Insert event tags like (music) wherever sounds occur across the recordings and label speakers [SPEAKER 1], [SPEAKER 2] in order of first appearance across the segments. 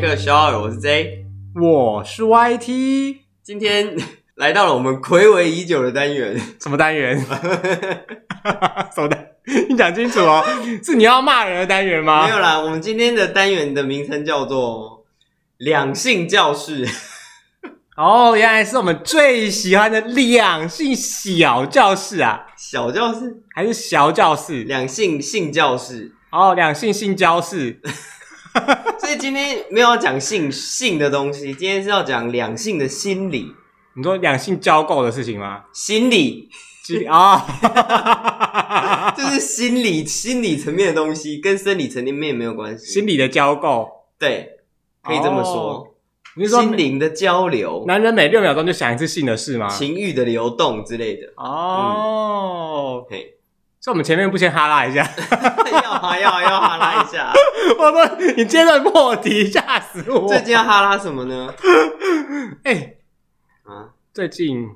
[SPEAKER 1] 克肖尔，我是 J，
[SPEAKER 2] 我是 YT，
[SPEAKER 1] 今天来到了我们暌违已久的单元，
[SPEAKER 2] 什么单元？ (laughs) 什么单？你讲清楚哦，是你要骂人的单元
[SPEAKER 1] 没
[SPEAKER 2] 吗？
[SPEAKER 1] 有啦，我们今天的单元的名称叫做两性教室，
[SPEAKER 2] 哦，原来是我们最喜欢的两性小教室啊，
[SPEAKER 1] 小教室，
[SPEAKER 2] 还是小教室？
[SPEAKER 1] 两性性教室。
[SPEAKER 2] 哦，两性性交室。
[SPEAKER 1] 所以今天没有要讲性性的东西，今天是要讲两性的心理，
[SPEAKER 2] 你说两性交媾的事情吗？
[SPEAKER 1] 心理
[SPEAKER 2] (laughs) 鸡啊，
[SPEAKER 1] 就是心
[SPEAKER 2] (laughs)
[SPEAKER 1] 理心理层面的东西，跟生理层面没有关系。
[SPEAKER 2] 心理的交媾，
[SPEAKER 1] 对，可以这么
[SPEAKER 2] 哦
[SPEAKER 1] 说，
[SPEAKER 2] 你是说
[SPEAKER 1] 心灵的交流、
[SPEAKER 2] 男人每六秒钟就想一次性的事吗？
[SPEAKER 1] 情欲的流动之类的。
[SPEAKER 2] 哦，
[SPEAKER 1] 嘿，
[SPEAKER 2] 所以我们前面不先哈拉一下， (laughs)
[SPEAKER 1] (laughs) 要哈要要哈拉一下。
[SPEAKER 2] 我们你接着破题，吓死我！
[SPEAKER 1] 最近要哈拉什么呢？
[SPEAKER 2] 哎、
[SPEAKER 1] 啊，
[SPEAKER 2] 最
[SPEAKER 1] (laughs)
[SPEAKER 2] 近，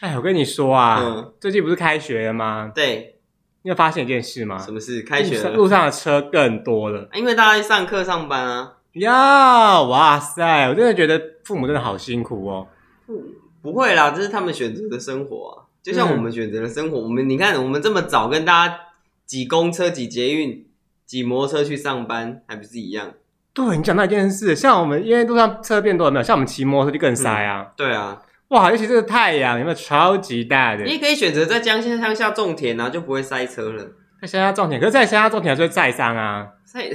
[SPEAKER 2] 哎，我跟你说啊，
[SPEAKER 1] 嗯
[SPEAKER 2] 最近不是开学了吗？
[SPEAKER 1] 对，
[SPEAKER 2] 你有发现一件事吗
[SPEAKER 1] 什？么事？开学了，
[SPEAKER 2] 路
[SPEAKER 1] 啊
[SPEAKER 2] 上的车更多了
[SPEAKER 1] 因为大家上课上班啊，
[SPEAKER 2] 呀！哇塞，我真的觉得父母真的好辛苦哦。
[SPEAKER 1] 不会啦，这是他们选择的生活啊，就像我
[SPEAKER 2] 嗯
[SPEAKER 1] 们选择的生活。我们你看，我们这么早跟大家挤公车、挤捷运、挤摩托车去上班，还不是一样？
[SPEAKER 2] 对你讲到一件事，像我们因为路上车变多了，有没有？像我们骑摩托车就更塞啊！
[SPEAKER 1] 对啊，
[SPEAKER 2] 哇，尤其这个太阳有没有超级大的
[SPEAKER 1] 你？也可以选择在江西乡下种田啊，就不会塞车了。
[SPEAKER 2] 在乡下种田，可是在乡下种田还是会晒伤啊。
[SPEAKER 1] 塞，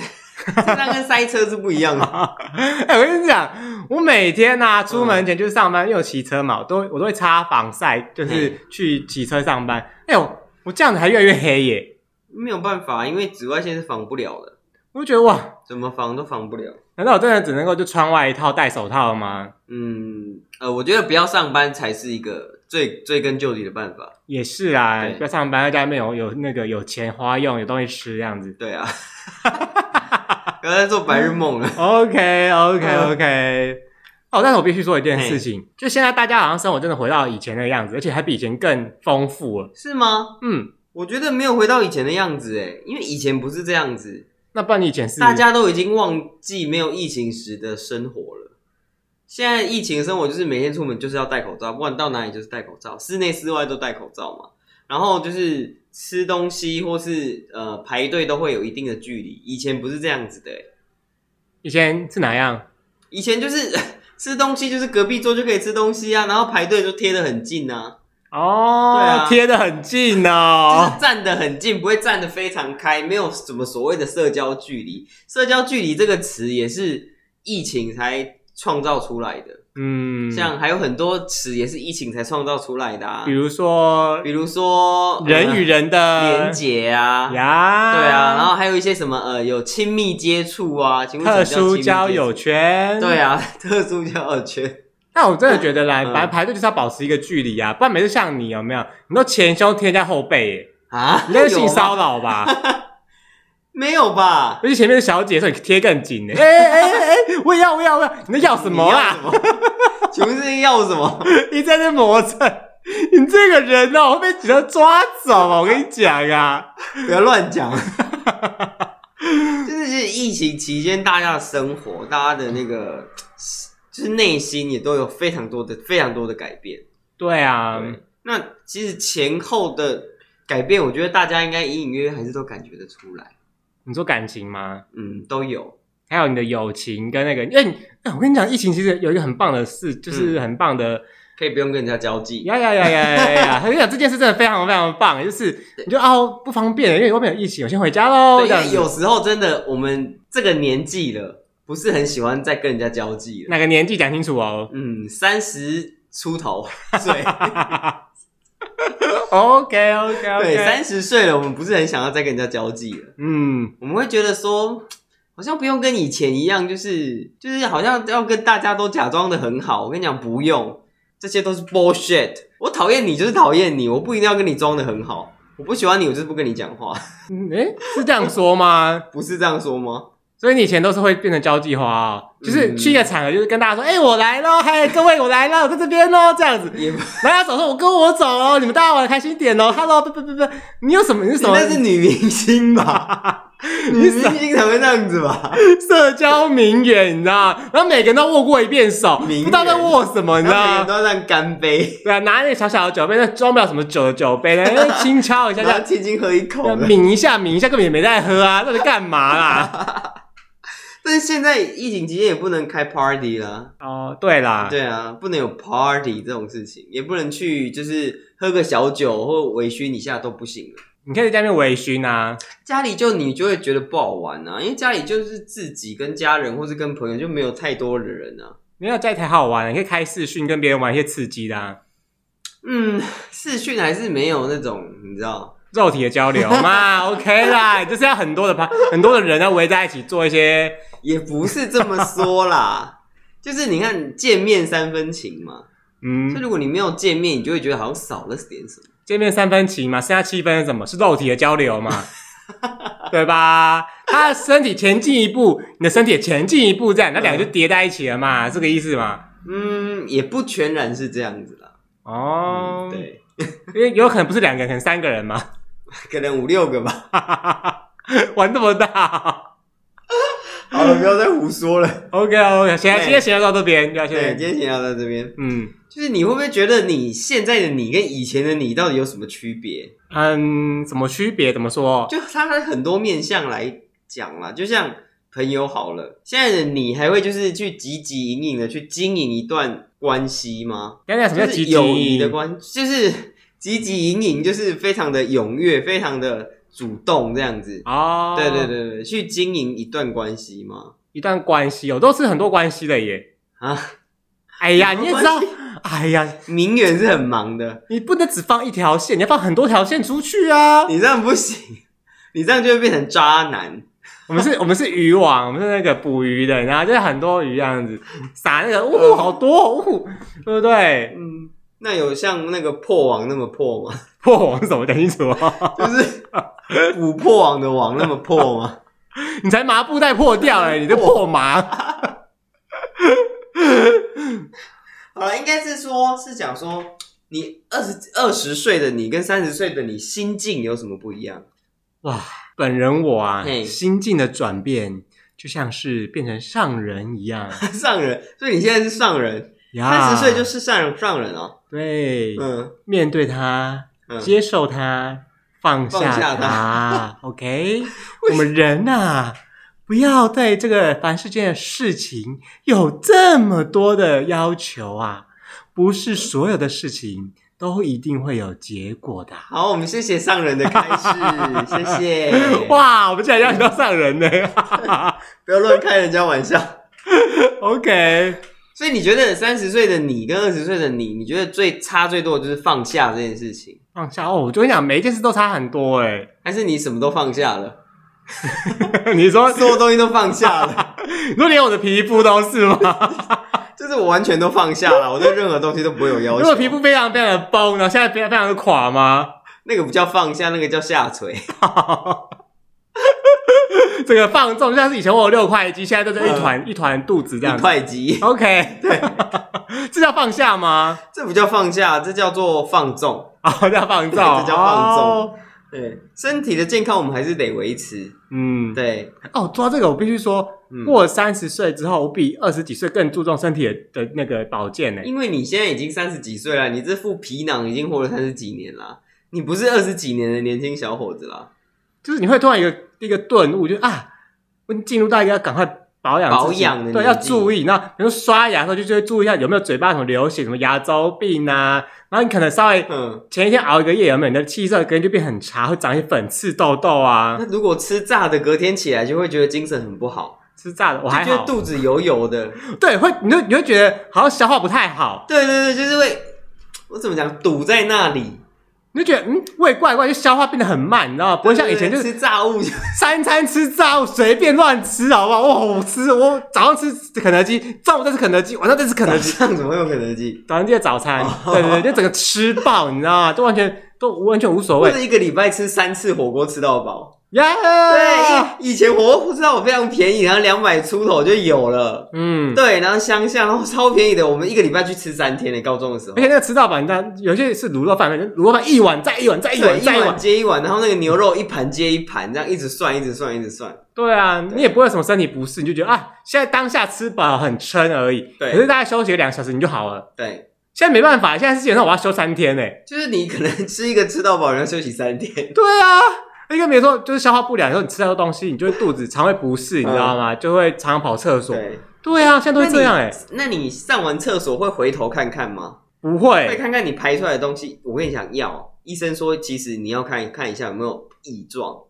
[SPEAKER 1] (laughs) 那跟塞车是不一样的。
[SPEAKER 2] (laughs) 哎、我跟你讲，我每天呢、啊、出
[SPEAKER 1] 嗯
[SPEAKER 2] 门前就是上班，因为我骑车嘛，我都我都会擦防晒，
[SPEAKER 1] 嗯
[SPEAKER 2] 就是去骑车上班。哎呦，我这样子还越来越黑耶！
[SPEAKER 1] 没有办法，因为紫外线是防不了的，
[SPEAKER 2] 我就觉得哇，
[SPEAKER 1] 怎么防都防不了。
[SPEAKER 2] 难道我真的只能够就穿外套戴手套吗？
[SPEAKER 1] 嗯，呃，我觉得不要上班才是一个最最根究底的办法。
[SPEAKER 2] 也是啊
[SPEAKER 1] 对，
[SPEAKER 2] 不要上班，在家里面有有那个有钱花用，有东西吃这样子。
[SPEAKER 1] 对啊， (laughs) 不要再做白日梦了。
[SPEAKER 2] OK OK
[SPEAKER 1] 嗯
[SPEAKER 2] OK。哦，但是我必须说一件事情，就现在大家好像生活真的回到以前的样子，而且还比以前更丰富了。
[SPEAKER 1] 是吗？
[SPEAKER 2] 嗯，
[SPEAKER 1] 我觉得没有回到以前的样子哎，因为以前不是这样子，
[SPEAKER 2] 那不然你以前是
[SPEAKER 1] 大家都已经忘记没有疫情时的生活了。现在疫情的生活就是每天出门就是要戴口罩，不管到哪里就是戴口罩，室内室外都戴口罩嘛。然后就是吃东西或是呃排队都会有一定的距离，以前不是这样子的哎。
[SPEAKER 2] 以前是哪样？
[SPEAKER 1] 以前就是 (laughs) 吃东西，就是隔壁桌就可以吃东西啊，然后排队就贴得很近啊，对
[SPEAKER 2] 哦
[SPEAKER 1] 啊，
[SPEAKER 2] 贴的很近
[SPEAKER 1] 就
[SPEAKER 2] 哦
[SPEAKER 1] 是。站得很近，不会站得非常开，没有什么所谓的社交距离。社交距离这个词也是疫情才创造出来的，
[SPEAKER 2] 嗯，
[SPEAKER 1] 像还有很多词也是疫情才创造出来的啊
[SPEAKER 2] 比，如说
[SPEAKER 1] 比如说
[SPEAKER 2] 人与
[SPEAKER 1] 人
[SPEAKER 2] 人的
[SPEAKER 1] 连结啊。
[SPEAKER 2] 呀，
[SPEAKER 1] 对啊，然后还有一些什么呃，有亲密接触啊，请问什
[SPEAKER 2] 特
[SPEAKER 1] 么叫亲
[SPEAKER 2] 殊
[SPEAKER 1] 密接
[SPEAKER 2] 交友
[SPEAKER 1] 触？
[SPEAKER 2] 圈。
[SPEAKER 1] 对，啊， (laughs) 特殊交友圈，
[SPEAKER 2] 但我真的觉得啦，
[SPEAKER 1] 嗯
[SPEAKER 2] 反正排队就是要保持一个距离啊，不然每次像你有没有，你都前胸贴人家后背耶，
[SPEAKER 1] 啊，
[SPEAKER 2] 你这是
[SPEAKER 1] 有
[SPEAKER 2] 性
[SPEAKER 1] 吗
[SPEAKER 2] 骚扰吧？
[SPEAKER 1] (laughs) 没有吧？
[SPEAKER 2] 尤其前面是小姐，所以贴更
[SPEAKER 1] (laughs)
[SPEAKER 2] 紧呢。哎哎哎哎，我也要，我也要，我也要，你在要什么啊？
[SPEAKER 1] 你要什么？ (laughs) 请问是要什么？
[SPEAKER 2] (laughs) 你在那磨蹭，你这个人哦，会被警察抓走啊！我跟你讲啊，
[SPEAKER 1] 不要乱讲。 (laughs) 就是其实疫情期间，大家的生活，大家的那个就是内心也都有非常多的、非常多的改变。
[SPEAKER 2] 对啊，
[SPEAKER 1] 对那其实前后的改变，我觉得大家应该隐隐约约还是都感觉得出来。
[SPEAKER 2] 你说感情吗？
[SPEAKER 1] 嗯，都有。
[SPEAKER 2] 还有你的友情跟那个，因为你哎我跟你讲，疫情其实有一个很棒的事，
[SPEAKER 1] 嗯
[SPEAKER 2] 就是很棒的，
[SPEAKER 1] 可以不用跟人家交际，
[SPEAKER 2] 呀呀呀呀呀呀 (laughs) 呀！我跟你讲，这件事真的非常非常棒，就是你就哦不方便，因为外面有疫情，我先回家喽。
[SPEAKER 1] 对，
[SPEAKER 2] 这
[SPEAKER 1] 因
[SPEAKER 2] 样
[SPEAKER 1] 为
[SPEAKER 2] 子
[SPEAKER 1] 有时候真的我们这个年纪了，不是很喜欢再跟人家交际了。
[SPEAKER 2] 哪个年纪讲清楚哦。
[SPEAKER 1] 嗯，三十出头
[SPEAKER 2] (laughs)
[SPEAKER 1] 岁，
[SPEAKER 2] OK OK
[SPEAKER 1] 对，三
[SPEAKER 2] OK，
[SPEAKER 1] 十岁了，我们不是很想要再跟人家交际了，
[SPEAKER 2] 嗯，
[SPEAKER 1] 我们会觉得说，好像不用跟以前一样，就是就是好像要跟大家都假装的很好。我跟你讲，不用，这些都是 bullshit。我讨厌你就是讨厌你，我不一定要跟你装的很好。我不喜欢你，我就是不跟你讲话，
[SPEAKER 2] 嗯哎，是这样说吗？
[SPEAKER 1] 不是这样说吗？
[SPEAKER 2] 所以你以前都是会变成交际花哦，就是
[SPEAKER 1] 嗯
[SPEAKER 2] 去一个场合，就是跟大家说，哎、我来喽，嗨，各位，我来了，我在这边喽，这样子。
[SPEAKER 1] 也不
[SPEAKER 2] 然后他走说，我跟我走哦，你们大家玩得开心一点哦，Hello，不不不不，你有什么？你是什么？
[SPEAKER 1] 那是女明星吧？你明星才会那样子吧？
[SPEAKER 2] 社交名媛，你知道吗？然后每个人都握过一遍手，不
[SPEAKER 1] 名媛
[SPEAKER 2] 知道在握什么，你知
[SPEAKER 1] 然后每个人
[SPEAKER 2] 道
[SPEAKER 1] 都
[SPEAKER 2] 吗？
[SPEAKER 1] 要这样干杯，
[SPEAKER 2] 对啊，拿那个小小的酒杯，那装不了什么酒的酒杯，那轻敲一下，这
[SPEAKER 1] 然
[SPEAKER 2] 样
[SPEAKER 1] 后轻轻喝一口
[SPEAKER 2] (laughs) 那
[SPEAKER 1] 的。
[SPEAKER 2] 抿一下，抿一下，根本也没在喝啊，到底干嘛啦？
[SPEAKER 1] 但是现在疫情期间也不能开 party 啦，
[SPEAKER 2] (laughs) 哦，对啦，
[SPEAKER 1] 对啊，不能有 party 这种事情，也不能去就是喝个小酒或微醺一下都不行了。
[SPEAKER 2] 你可以在家里面微醺啊，
[SPEAKER 1] 家里就你就会觉得不好玩啊，因为家里就是自己跟家人或是跟朋友就没有太多的人啊。
[SPEAKER 2] 没有在台好玩，你可以开视讯跟别人玩一些刺激的、啊，
[SPEAKER 1] 嗯，视讯还是没有那种你知道，
[SPEAKER 2] 肉体的交流 (laughs) 嘛，OK 啦，就是要很多的朋很多的人要围在一起做一些，
[SPEAKER 1] 也不是这么说啦。 (laughs) 就是你看见面三分情嘛，所以
[SPEAKER 2] 嗯，
[SPEAKER 1] 如果你没有见面，你就会觉得好像少了点什么。
[SPEAKER 2] 见面三分情嘛，剩下七分是什么？是肉体的交流
[SPEAKER 1] (laughs)
[SPEAKER 2] 嘛，对吧？他的身体前进一步，你的身体也前进一步，这样那两个就叠在一起了嘛，这个意思嘛？
[SPEAKER 1] 嗯，也不全然是这样子啦。
[SPEAKER 2] 哦
[SPEAKER 1] 嗯，，，对，
[SPEAKER 2] 因为有可能不是两个人，可能三个人嘛。 (laughs)
[SPEAKER 1] 可能五六个吧。
[SPEAKER 2] 玩这么大
[SPEAKER 1] 好了，不要再胡说了。
[SPEAKER 2] ，OK OK，行，
[SPEAKER 1] 对
[SPEAKER 2] 今天闲聊到这边，对啊，
[SPEAKER 1] 对，
[SPEAKER 2] 谢
[SPEAKER 1] 今
[SPEAKER 2] 谢。
[SPEAKER 1] 天闲聊到这边，
[SPEAKER 2] 嗯
[SPEAKER 1] 就是你会不会觉得你现在的你跟以前的你到底有什么区别？
[SPEAKER 2] 嗯，什么区别？怎么说？
[SPEAKER 1] 就它的很多面向来讲啦，就像朋友好了，现在的你还会就是去汲汲营营的去经营一段关系吗？
[SPEAKER 2] 讲讲什么叫
[SPEAKER 1] 就是
[SPEAKER 2] 积极
[SPEAKER 1] 友谊的关，就是汲汲营营，就是非常的踊跃，非常的主动这样子。
[SPEAKER 2] 哦，
[SPEAKER 1] 对对，对对，去经营一段关系吗？
[SPEAKER 2] 一段关系哦，都是很多关系的耶。
[SPEAKER 1] 啊，
[SPEAKER 2] 哎呀，
[SPEAKER 1] 很
[SPEAKER 2] 你
[SPEAKER 1] 多
[SPEAKER 2] 也知道，哎呀，
[SPEAKER 1] 名媛是很忙的，
[SPEAKER 2] 你不能只放一条线，你要放很多条线出去啊。
[SPEAKER 1] 你这样不行，你这样就会变成渣男。
[SPEAKER 2] 我们是，我们是渔网，我们是那个捕鱼的，然后就是很多鱼这样子撒那个，
[SPEAKER 1] 呃
[SPEAKER 2] 呜、好多，呜、对不对？
[SPEAKER 1] 嗯，那有像那个破网那么破吗？ (laughs)
[SPEAKER 2] 破网是什么？讲 (laughs) 清楚哦，
[SPEAKER 1] 就是捕破网的网那么破 (laughs) 吗？
[SPEAKER 2] 你才麻布袋破掉哎、你这破麻。
[SPEAKER 1] 好呃了，应该是说，是讲说你二十二十岁的你跟三十岁的你心境有什么不一样？ (laughs)
[SPEAKER 2] 哇，本人我啊，
[SPEAKER 1] 嘿
[SPEAKER 2] 心境的转变就像是变成上人
[SPEAKER 1] (laughs)
[SPEAKER 2] 一样
[SPEAKER 1] 上人，所以你现在是上人，三
[SPEAKER 2] 啊
[SPEAKER 1] 十岁就是上人上人哦。
[SPEAKER 2] 对，
[SPEAKER 1] 嗯
[SPEAKER 2] 面对他，
[SPEAKER 1] 嗯，
[SPEAKER 2] 接受他，放下
[SPEAKER 1] 放下 (laughs)
[SPEAKER 2] OK，我们人呐、不要对这个凡世间的事情有这么多的要求啊！不是所有的事情都一定会有结果的啊。
[SPEAKER 1] 好，我们谢谢上人的开始，谢谢。哇，
[SPEAKER 2] 哇，我们竟然要你到上人呢 (laughs)
[SPEAKER 1] 不要乱开人家玩笑。
[SPEAKER 2] ！OK，
[SPEAKER 1] 所以你觉得三十岁的你跟二十岁的你，你觉得最差最多的就是放下这件事情，
[SPEAKER 2] 放下哦！我跟你讲，每一件事都差很多哎、 (laughs)
[SPEAKER 1] 还是你什么都放下了，
[SPEAKER 2] 你说，
[SPEAKER 1] 所有东西都放下了， (laughs)
[SPEAKER 2] 你说连我的皮肤都是吗？
[SPEAKER 1] 就是我完全都放下了，我对任何东西都不会有要
[SPEAKER 2] 如
[SPEAKER 1] 求。
[SPEAKER 2] 果皮肤非常非常的崩，然后现在非常非常的垮吗？
[SPEAKER 1] 那个不叫放下，那个叫下垂。
[SPEAKER 2] 这个放纵，就像是以前我有六块肌，现在都是一团、一团肚子这
[SPEAKER 1] 嗯
[SPEAKER 2] 样
[SPEAKER 1] 一
[SPEAKER 2] 子。
[SPEAKER 1] 块肌，
[SPEAKER 2] OK，对， (laughs) 这叫放
[SPEAKER 1] (laughs)
[SPEAKER 2] 下吗？
[SPEAKER 1] 这不叫放下，这叫做放纵。
[SPEAKER 2] 啊、这叫放纵，
[SPEAKER 1] 对这叫放纵
[SPEAKER 2] 哦
[SPEAKER 1] 对，身体的健康我们还是得维持。
[SPEAKER 2] 嗯，
[SPEAKER 1] 对，
[SPEAKER 2] 哦，说到这个，我必须说，
[SPEAKER 1] 嗯
[SPEAKER 2] 过三十岁之后，我比二十几岁更注重身体的的那个保健呢。
[SPEAKER 1] 因为你现在已经三十几岁了，你这副皮囊已经活了三十几年啦，你不是二十几年的年轻小伙子啦。
[SPEAKER 2] 就是你会突然有一个一个顿悟，就啊，我进入到一个要赶快保养自己
[SPEAKER 1] 保养的
[SPEAKER 2] 对，
[SPEAKER 1] 年
[SPEAKER 2] 要
[SPEAKER 1] 纪
[SPEAKER 2] 注意。那比如说刷牙的时候，就就会注意一下有没有嘴巴什么流血，什么牙周病啊。然后你可能稍微
[SPEAKER 1] 嗯，
[SPEAKER 2] 前一天熬一个夜，有没有你的气色可能就变很差，会长一些粉刺痘痘啊
[SPEAKER 1] 那。如果吃炸的，隔天起来就会觉得精神很不好，
[SPEAKER 2] 吃炸的我
[SPEAKER 1] 就
[SPEAKER 2] 还
[SPEAKER 1] 觉得
[SPEAKER 2] 好，
[SPEAKER 1] 肚子油油的。
[SPEAKER 2] 对，会你就你会觉得好像消化不太好，
[SPEAKER 1] 对对对，就是会，我怎么讲，堵在那里。
[SPEAKER 2] 你就觉得嗯胃怪怪，就消化变得很慢，你知道吗？不会像以前就
[SPEAKER 1] 对对
[SPEAKER 2] 是
[SPEAKER 1] 对吃炸
[SPEAKER 2] (laughs)
[SPEAKER 1] 物就，
[SPEAKER 2] 三餐吃炸物随便乱吃，好不好？哇，我吃我早上吃肯德基，中午再吃肯德基，晚上再吃肯德
[SPEAKER 1] 早 (laughs)
[SPEAKER 2] 基。
[SPEAKER 1] 上怎么会有肯德基？
[SPEAKER 2] 早上记得早餐，
[SPEAKER 1] 哦
[SPEAKER 2] 对对对，就整个吃爆，你知道吗？都完全都完全无所
[SPEAKER 1] 或 (laughs)
[SPEAKER 2] 谓。
[SPEAKER 1] 者一个礼拜吃三次火锅吃到饱。
[SPEAKER 2] 耶、啊
[SPEAKER 1] 对，啊以以前火锅不知道我非常便宜，然后两百出头就有了。
[SPEAKER 2] 嗯，
[SPEAKER 1] 对，然后乡下，然后超便宜的，我们一个礼拜去吃三天的，高中的时候
[SPEAKER 2] 而，且那个吃到板，但有些是卤肉饭，卤肉饭一碗再一碗再一
[SPEAKER 1] 对，
[SPEAKER 2] 碗
[SPEAKER 1] 一
[SPEAKER 2] 再一
[SPEAKER 1] 碗
[SPEAKER 2] 碗，
[SPEAKER 1] 接一碗，然后那个牛肉一盘接一盘，这样一直算，一直算，一直算。
[SPEAKER 2] 对啊，你也不会有什么身体不适，你就觉得啊，现在当下吃饱很撑而已，
[SPEAKER 1] 对
[SPEAKER 2] 可是大概休息个两小时你就好了。
[SPEAKER 1] 对，
[SPEAKER 2] 现在没办法，现在是基本上我要休三天呢、
[SPEAKER 1] 就是你可能 (laughs) 吃一个吃到饱，然后休息三天。
[SPEAKER 2] 对啊，一个没说就是消化不良，然后你吃太多东西，你就会肚子肠胃不适，你知道吗？就会常常跑厕所。
[SPEAKER 1] 对，
[SPEAKER 2] 对啊，现在都会这样哎、
[SPEAKER 1] 那你上完厕所会回头看看吗？
[SPEAKER 2] 不
[SPEAKER 1] 会
[SPEAKER 2] 会，
[SPEAKER 1] 看看你排出来的东西。我跟你讲，要医生说，其实你要看看一下有没有异状。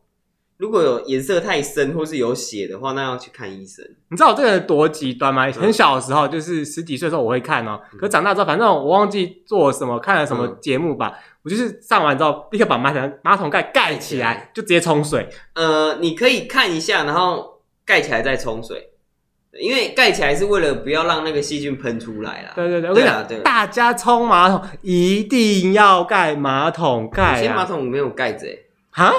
[SPEAKER 1] 如果有颜色太深或是有血的话，那要去看医生。
[SPEAKER 2] 你知道我这个人多极端吗？很小的时候，就是十几岁的时候我会看哦、可长大之后，反正我忘记做什么，看了什么
[SPEAKER 1] 嗯
[SPEAKER 2] 节目吧，我就是上完之后立刻把马桶马桶盖盖
[SPEAKER 1] 盖
[SPEAKER 2] 起
[SPEAKER 1] 起
[SPEAKER 2] 来，就直接冲水。
[SPEAKER 1] 呃，你可以看一下，然后盖起来再冲水，对因为盖起来是为了不要让那个细菌喷出来啦。
[SPEAKER 2] 对对对，我跟
[SPEAKER 1] 对
[SPEAKER 2] 你
[SPEAKER 1] 啊
[SPEAKER 2] 讲，
[SPEAKER 1] 对啊
[SPEAKER 2] 大家冲马桶一定要盖马桶
[SPEAKER 1] 有
[SPEAKER 2] 盖
[SPEAKER 1] 些马
[SPEAKER 2] 啊！
[SPEAKER 1] 桶没有盖子、欸，
[SPEAKER 2] 啊，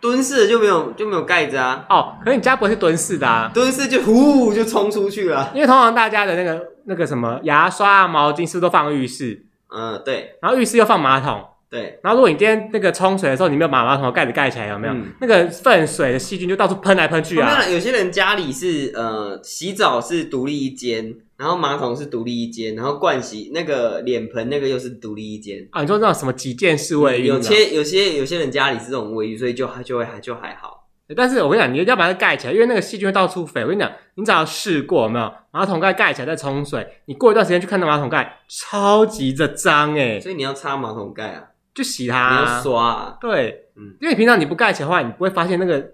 [SPEAKER 1] 蹲式的就没有就没有盖子啊，
[SPEAKER 2] 哦，可是你家不会是蹲式的啊？
[SPEAKER 1] 蹲式就呼就冲出去了。
[SPEAKER 2] 因为通常大家的那个那个什么牙刷啊、毛巾是不是都放浴室？
[SPEAKER 1] 嗯、对
[SPEAKER 2] 然后浴室又放马桶。
[SPEAKER 1] 对，
[SPEAKER 2] 然后如果你今天那个冲水的时候，你没有把马桶的盖子盖起来，有没有？
[SPEAKER 1] 嗯哦
[SPEAKER 2] 那个粪水的细菌就到处喷来喷去
[SPEAKER 1] 没有
[SPEAKER 2] 啊。
[SPEAKER 1] 啦，有些人家里是呃洗澡是独立一间，然后马桶是独立一间，然后盥洗那个脸盆那个又是独立一间。
[SPEAKER 2] 啊，你说那种什么几件式卫
[SPEAKER 1] 嗯
[SPEAKER 2] 浴
[SPEAKER 1] 有
[SPEAKER 2] 那种
[SPEAKER 1] 些有些有些人家里是这种卫浴，所以就还就会还就还好。
[SPEAKER 2] 但是我跟你讲，你要把它盖起来，因为那个细菌会到处飞。我跟你讲，你只要试过有没有，马桶盖盖起来再冲水，你过一段时间去看那马桶盖，超级的脏哎、
[SPEAKER 1] 所以你要擦马桶盖啊，
[SPEAKER 2] 就洗
[SPEAKER 1] 你要
[SPEAKER 2] 它。
[SPEAKER 1] 刷啊。
[SPEAKER 2] 对，
[SPEAKER 1] 嗯
[SPEAKER 2] 因为平常你不盖起来的话，你不会发现那个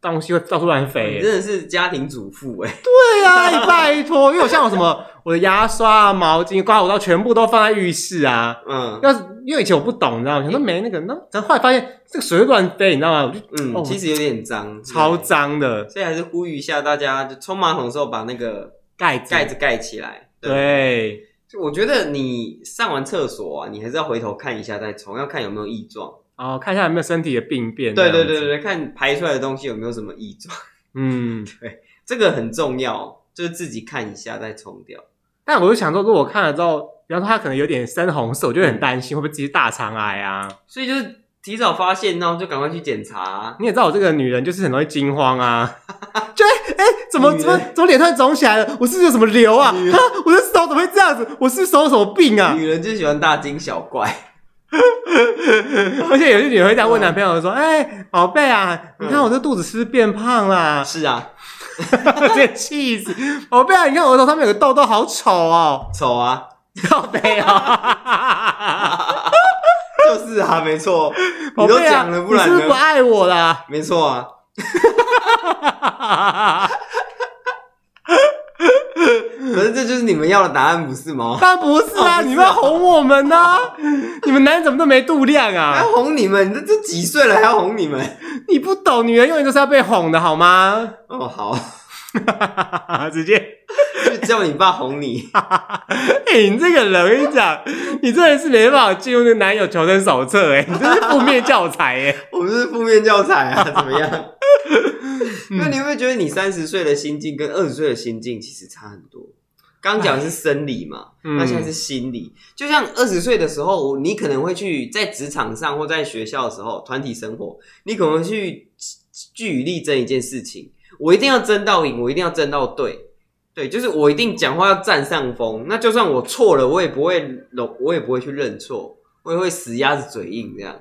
[SPEAKER 2] 东西会到处乱
[SPEAKER 1] 你
[SPEAKER 2] 飞、欸。
[SPEAKER 1] 真的是家庭主妇哎、
[SPEAKER 2] 对啊，你拜托，因为我像我什么，我的牙刷啊、毛巾、刮胡刀全部都放在浴室啊。
[SPEAKER 1] 嗯
[SPEAKER 2] 要是因为以前我不懂，你知道吗？想说没那个，那然后后来发现这个水会乱飞，你知道吗？我就哦
[SPEAKER 1] 嗯，其实有点脏，
[SPEAKER 2] 超
[SPEAKER 1] 对。
[SPEAKER 2] 脏的
[SPEAKER 1] 所以还是呼吁一下大家，就冲马桶的时候把那个
[SPEAKER 2] 盖子，
[SPEAKER 1] 盖子盖起来。，
[SPEAKER 2] 对，
[SPEAKER 1] 就我觉得你上完厕所啊，你还是要回头看一下再冲，要看有没有异状。
[SPEAKER 2] 哦，看一下有没有身体的病变。
[SPEAKER 1] 对对
[SPEAKER 2] 这
[SPEAKER 1] 对
[SPEAKER 2] 样子，
[SPEAKER 1] 对，看排出来的东西有没有什么异状， (laughs)
[SPEAKER 2] 嗯。
[SPEAKER 1] 这个很重要，就是自己看一下再冲掉。
[SPEAKER 2] 但我就想说，如果我看了之后，比方说它可能有点深红色，我就会很担心会不会自己大肠癌啊？
[SPEAKER 1] 所以就是提早发现，然后就赶快去检查啊、
[SPEAKER 2] (laughs) 你也知道我这个女人就是很容易惊慌啊， (laughs) 就哎、哎怎么
[SPEAKER 1] 女人
[SPEAKER 2] 怎么怎么脸突然肿起来了？我是不是有什么瘤啊？
[SPEAKER 1] 女人
[SPEAKER 2] 啊， (laughs) 我的手怎么会这样子？我是不是手有什么病啊？
[SPEAKER 1] 女人就喜欢大惊小怪， (laughs)
[SPEAKER 2] 而且有些女人会这样问
[SPEAKER 1] 嗯
[SPEAKER 2] 男朋友说：“哎、宝贝啊，你看我这肚子是不是变胖啦、 (laughs)
[SPEAKER 1] 是啊，
[SPEAKER 2] 我直接气死！宝贝啊，你看我额头上面有个痘痘，好丑哦！ (laughs)
[SPEAKER 1] 丑啊，
[SPEAKER 2] 宝贝啊，
[SPEAKER 1] 就是啊， (laughs) 没错，
[SPEAKER 2] (laughs) 宝
[SPEAKER 1] 你都
[SPEAKER 2] 贝
[SPEAKER 1] 讲
[SPEAKER 2] 啊，
[SPEAKER 1] 了，不
[SPEAKER 2] 你
[SPEAKER 1] 然
[SPEAKER 2] 是不是不
[SPEAKER 1] 呢？
[SPEAKER 2] 爱我啦？ (laughs)
[SPEAKER 1] 没错啊，可是这就是你们要的答案，不是
[SPEAKER 2] (laughs)
[SPEAKER 1] 吗？
[SPEAKER 2] 但不
[SPEAKER 1] 哦
[SPEAKER 2] 是啊，
[SPEAKER 1] 不是啊
[SPEAKER 2] 你们要哄我们呢、你们男人怎么都没度量
[SPEAKER 1] 还
[SPEAKER 2] 啊
[SPEAKER 1] 要？哄你们，这这几岁了还要哄你们？
[SPEAKER 2] 你不懂，女人永远都是要被哄的
[SPEAKER 1] (laughs)
[SPEAKER 2] 好吗？
[SPEAKER 1] 哦，好，
[SPEAKER 2] 直接，
[SPEAKER 1] 就叫你爸哄你。 (laughs)
[SPEAKER 2] 哎、你这个人，我跟你讲，你真的是没办法进入那个男友求生手册、哎，你真是负面教材、哎。
[SPEAKER 1] 我们是负面教材啊，怎么样？ (laughs)
[SPEAKER 2] 嗯
[SPEAKER 1] 那你会不会觉得你三十岁的心境跟二十岁的心境其实差很多？刚讲是生理嘛，
[SPEAKER 2] 嗯
[SPEAKER 1] 那现在是心理。就像二十岁的时候，你可能会去在职场上或在学校的时候，团体生活，你可能会去据理力争一件事情，我一定要争到赢，我一定要争到对。对，就是我一定讲话要占上风，那就算我错了，我也不会容，我也不会去认错，我也会死鸭子嘴硬这样。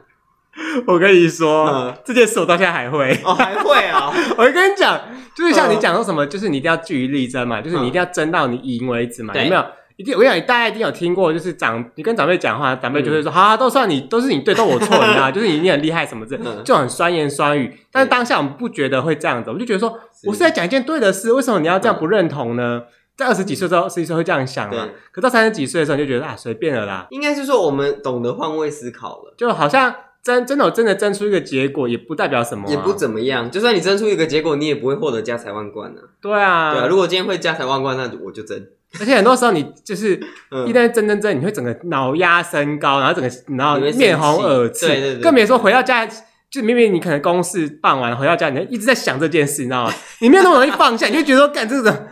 [SPEAKER 2] 我跟你说，
[SPEAKER 1] 嗯
[SPEAKER 2] 这件事我到现在还会。
[SPEAKER 1] 哦，还会啊， (laughs)
[SPEAKER 2] (laughs) 我跟你讲，就是像
[SPEAKER 1] 嗯
[SPEAKER 2] 你讲说什么，就是你一定要据理力争嘛，就是你一定要争到你赢为止嘛，
[SPEAKER 1] 对
[SPEAKER 2] 有没有？一定，我跟你讲，大家一定有听过，就是长你跟长辈讲话，长辈就
[SPEAKER 1] 嗯
[SPEAKER 2] 会说：“好、啊，都算你，都是你对，都我错，你
[SPEAKER 1] (laughs)
[SPEAKER 2] 知道吗，就是你一定很厉害什么之类
[SPEAKER 1] 嗯
[SPEAKER 2] 就很酸言酸语。但是当下我们不觉得会这样子，我们就觉得说，
[SPEAKER 1] 是嗯
[SPEAKER 2] 我是在讲一件对的事，为什么你要这样不认同呢？在二十几岁之后，十几岁会这样想嘛
[SPEAKER 1] 对？
[SPEAKER 2] 可到三十几岁的时候，你就觉得啊，随便了啦，
[SPEAKER 1] 应该是说我们懂得换位思考了，
[SPEAKER 2] 就好像真真的有真的争出一个结果，也不代表什么、啊，
[SPEAKER 1] 也不怎么样。就算你争出一个结果，你也不会获得家财万贯啊。
[SPEAKER 2] 对啊，
[SPEAKER 1] 对啊，如果今天会家财万贯，那我就争。
[SPEAKER 2] 而且很多时候你就是
[SPEAKER 1] 嗯
[SPEAKER 2] 一，旦争争争，你会整个脑压升高，然后整个然后
[SPEAKER 1] 你会生气
[SPEAKER 2] 面红耳赤，
[SPEAKER 1] 对对对
[SPEAKER 2] 更别说回到家就明明你可能公事办完回到家，你就一直在想这件事，你知道吗？你没有那么容易放下，你就觉得说干这个，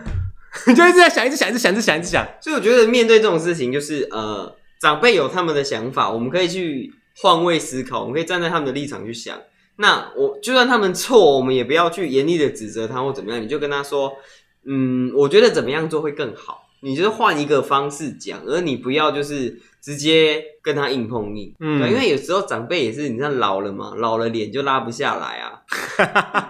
[SPEAKER 2] 你就一直在想，一直想，一直想，一直想，一直想。
[SPEAKER 1] 所以我觉得面对这种事情，就是呃，长辈有他们的想法，我们可以去换位思考，我们可以站在他们的立场去想。那我就算他们错，我们也不要去严厉的指责他或怎么样，你就跟他说，嗯，我觉得怎么样做会更好。你就是换一个方式讲，而你不要就是直接跟他硬碰硬，
[SPEAKER 2] 嗯
[SPEAKER 1] 对，因为有时候长辈也是，你看老了嘛，老了脸就拉不下来啊，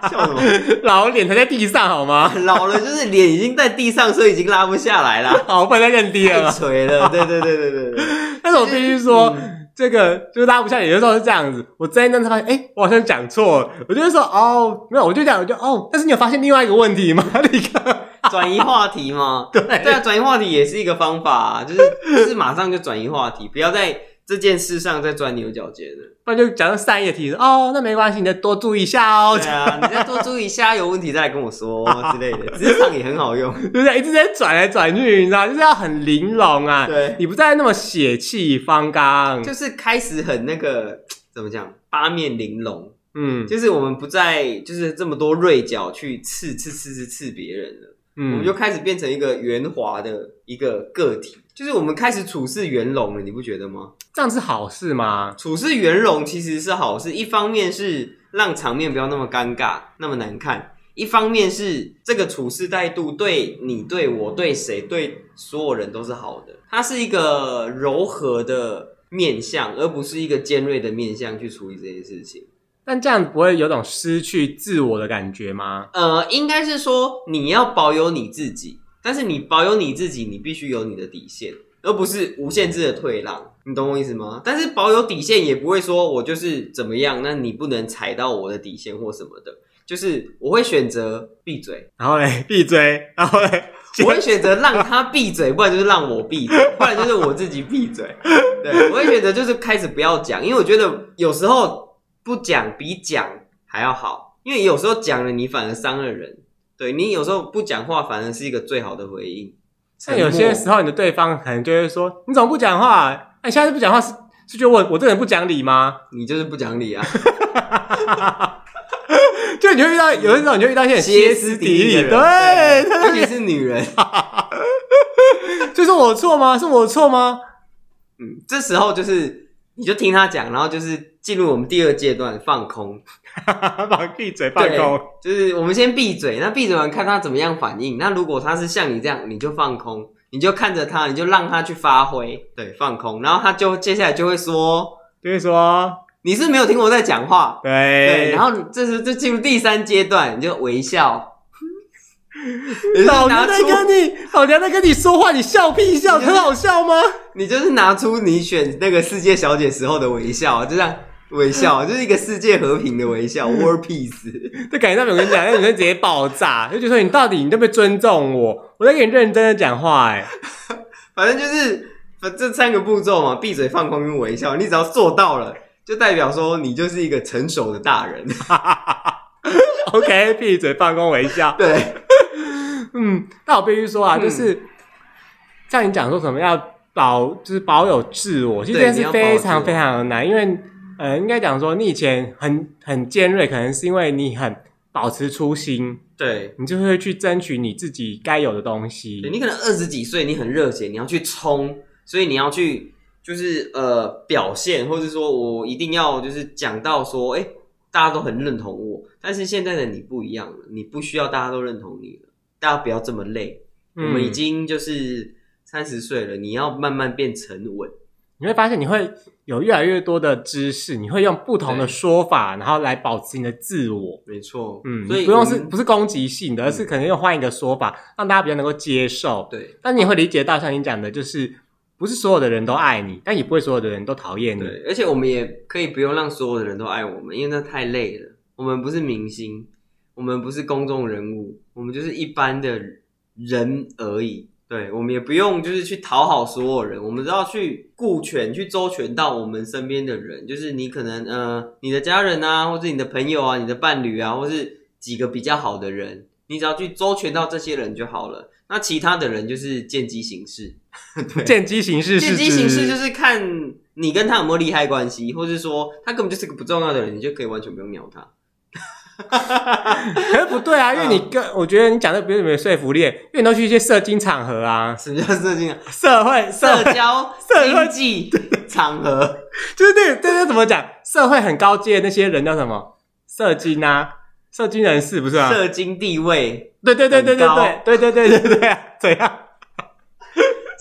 [SPEAKER 1] 笑什么？ (laughs)
[SPEAKER 2] 老脸才在地上好吗？
[SPEAKER 1] 老了就是脸已经在地上，所以已经拉不下来啦，
[SPEAKER 2] 好，不能再认低了
[SPEAKER 1] 太
[SPEAKER 2] 嘛。
[SPEAKER 1] 垂了。对对对对对对，
[SPEAKER 2] 但是我必须说，
[SPEAKER 1] 嗯
[SPEAKER 2] 这个就是拉不下脸，有时候是这样子。我真的发现，哎、我好像讲错了。我就会说，哦，没有，我就讲，我就哦。但是你有发现另外一个问题吗？ (laughs) 立刻，
[SPEAKER 1] 转移话题嘛，
[SPEAKER 2] (laughs) 对
[SPEAKER 1] 对啊，转移话题也是一个方法、啊，就是就是马上就转移话题，不要在这件事上再钻牛角尖了。
[SPEAKER 2] 不然就讲到善意的提示，哦，那没关系，你再多注意一下哦。
[SPEAKER 1] 对啊，你再多注意一下，有问题再来跟我说之类
[SPEAKER 2] (laughs)
[SPEAKER 1] 的，职场也很好用。
[SPEAKER 2] 就在一直在转来转去，你知道，就是要很玲珑 (laughs) 啊。
[SPEAKER 1] 对
[SPEAKER 2] 你不再那么血气方刚。
[SPEAKER 1] 就是开始很那个怎么讲，八面玲珑，
[SPEAKER 2] 嗯
[SPEAKER 1] 就是我们不再就是这么多锐角去刺刺刺刺刺别人了。我们
[SPEAKER 2] 嗯
[SPEAKER 1] 就，开始变成一个圆滑的一个个体，就是我们开始处事圆融了，你不觉得吗？
[SPEAKER 2] 这样是好事吗？
[SPEAKER 1] 处事圆融其实是好事，一方面是让场面不要那么尴尬、那么难看，一方面是这个处事态度对你、对我、对谁、对所有人都是好的，它是一个柔和的面向，而不是一个尖锐的面向去处理这件事情。
[SPEAKER 2] 但这样不会有种失去自我的感觉吗？
[SPEAKER 1] 呃，应该是说你要保有你自己，但是你保有你自己，你必须有你的底线，而不是无限制的退让。你懂我意思吗？但是保有底线也不会说我就是怎么样，那你不能踩到我的底线或什么的。就是我会选择闭嘴，
[SPEAKER 2] 然后嘞， (laughs) 闭嘴，然后嘞，
[SPEAKER 1] (laughs) 我会选择让
[SPEAKER 2] (laughs)
[SPEAKER 1] 他闭嘴，不然就是让我闭嘴，不然就是我自己闭嘴。对，我会选择就是开始不要讲，因为我觉得有时候不讲比讲还要好，因为有时候讲了你反而伤了人。对你有时候不讲话反而是一个最好的回应。
[SPEAKER 2] 像有些时候，你的对方可能就会说：“你怎么不讲话？那、你下次不讲话是是觉得我我这个人不讲理吗 (laughs)
[SPEAKER 1] 你就是不讲理啊，？”
[SPEAKER 2] 就你就遇到有的时候，你就遇到一些很 (laughs) 歇斯底里，
[SPEAKER 1] 的
[SPEAKER 2] 对，
[SPEAKER 1] 人
[SPEAKER 2] 对对
[SPEAKER 1] 尤其是女人，
[SPEAKER 2] 就是我错吗？是我错吗？
[SPEAKER 1] 嗯，这时候就是你就听他讲，然后就是进入我们第二阶段放空，
[SPEAKER 2] (laughs) 放闭嘴，放空，
[SPEAKER 1] 对，就是我们先闭嘴，那闭嘴完看他怎么样反应。那如果他是像你这样，你就放空，你就看着他，你就让他去发挥，对，放空。然后他就接下来就会说：“
[SPEAKER 2] 就会说
[SPEAKER 1] 你是没有听我在讲话。”对，
[SPEAKER 2] 对，
[SPEAKER 1] 然后这时就进入第三阶段，你就微
[SPEAKER 2] (laughs)
[SPEAKER 1] 笑，你就是
[SPEAKER 2] 老
[SPEAKER 1] 拿
[SPEAKER 2] 娘在
[SPEAKER 1] 出
[SPEAKER 2] 跟你老娘在跟你说话，你笑屁笑，
[SPEAKER 1] 你就是
[SPEAKER 2] 很好笑吗？
[SPEAKER 1] 你就是拿出你选那个世界小姐时候的微笑，就这样微笑，就是一个世界和平的微笑，World Peace。
[SPEAKER 2] 就感觉上面我跟你讲，那女生直接爆炸，就觉得说你到底你都不尊重我，我在跟你认真的讲话、哎，
[SPEAKER 1] 反正就是反这三个步骤嘛，闭嘴、放空跟微笑，你只要做到了，就代表说你就是一个成熟的大人。 (laughs)
[SPEAKER 2] OK，闭嘴，放空微笑。
[SPEAKER 1] 对，
[SPEAKER 2] 嗯，那我必须说啊，
[SPEAKER 1] 嗯
[SPEAKER 2] 就是像你讲说什么要保，就是保有自我，其实这
[SPEAKER 1] 对
[SPEAKER 2] 件事
[SPEAKER 1] 你要保有
[SPEAKER 2] 非
[SPEAKER 1] 自我
[SPEAKER 2] 常非常的难，因为呃，应该讲说你以前很很尖锐，可能是因为你很保持初心，
[SPEAKER 1] 对，
[SPEAKER 2] 你就会去争取你自己该有的东西。
[SPEAKER 1] 你可能二十几岁，你很热血，你要去冲，所以你要去就是呃表现，或者说我一定要就是讲到说，哎、大家都很认同我。但是现在的你不一样了，你不需要大家都认同你了，大家不要这么累。
[SPEAKER 2] 嗯
[SPEAKER 1] 我们已经就是三十岁了，你要慢慢变沉稳。
[SPEAKER 2] 你会发现你会有越来越多的知识，你会用不同的
[SPEAKER 1] 对
[SPEAKER 2] 说法，然后来保持你的自我。
[SPEAKER 1] 没错，
[SPEAKER 2] 嗯，
[SPEAKER 1] 所以
[SPEAKER 2] 不用
[SPEAKER 1] 我
[SPEAKER 2] 是
[SPEAKER 1] 们嗯
[SPEAKER 2] 不是攻击性的，而是可能用换一个说法，让大家比较能够接受。
[SPEAKER 1] 对
[SPEAKER 2] 但你也会理解到，像你讲的，就是不是所有的人都爱你，但也不会所有的人都讨厌你。
[SPEAKER 1] 对，而且我们也可以不用让所有的人都爱我们，因为那太累了。我们不是明星，我们不是公众人物，我们就是一般的人而已。对，我们也不用就是去讨好所有人，我们都要去顾全、去周全到我们身边的人，就是你可能呃你的家人啊，或是你的朋友啊、你的伴侣啊，或是几个比较好的人，你只要去周全到这些人就好了。那其他的人就是见机行事，对，
[SPEAKER 2] 见机行事是
[SPEAKER 1] 见
[SPEAKER 2] 指， (laughs)
[SPEAKER 1] 机行事就是看你跟他有没有利害关系，或是说他根本就是个不重要的人，你就可以完全不用鸟他。
[SPEAKER 2] 可是不对啊，因为你跟、我觉得你讲的不是没有说服力，因为你都去一些社经场合啊，
[SPEAKER 1] 什么叫社经啊？
[SPEAKER 2] 社会
[SPEAKER 1] (laughs)
[SPEAKER 2] 社
[SPEAKER 1] 社
[SPEAKER 2] 会
[SPEAKER 1] 交
[SPEAKER 2] 社会
[SPEAKER 1] 经济场合，
[SPEAKER 2] 就是那这这怎么讲？社会很高阶的那些人叫什么？社经啊，社经人士不是啊？
[SPEAKER 1] 社经地位
[SPEAKER 2] 对对对对对
[SPEAKER 1] 很
[SPEAKER 2] 对
[SPEAKER 1] 高
[SPEAKER 2] 对对对对对啊！怎样？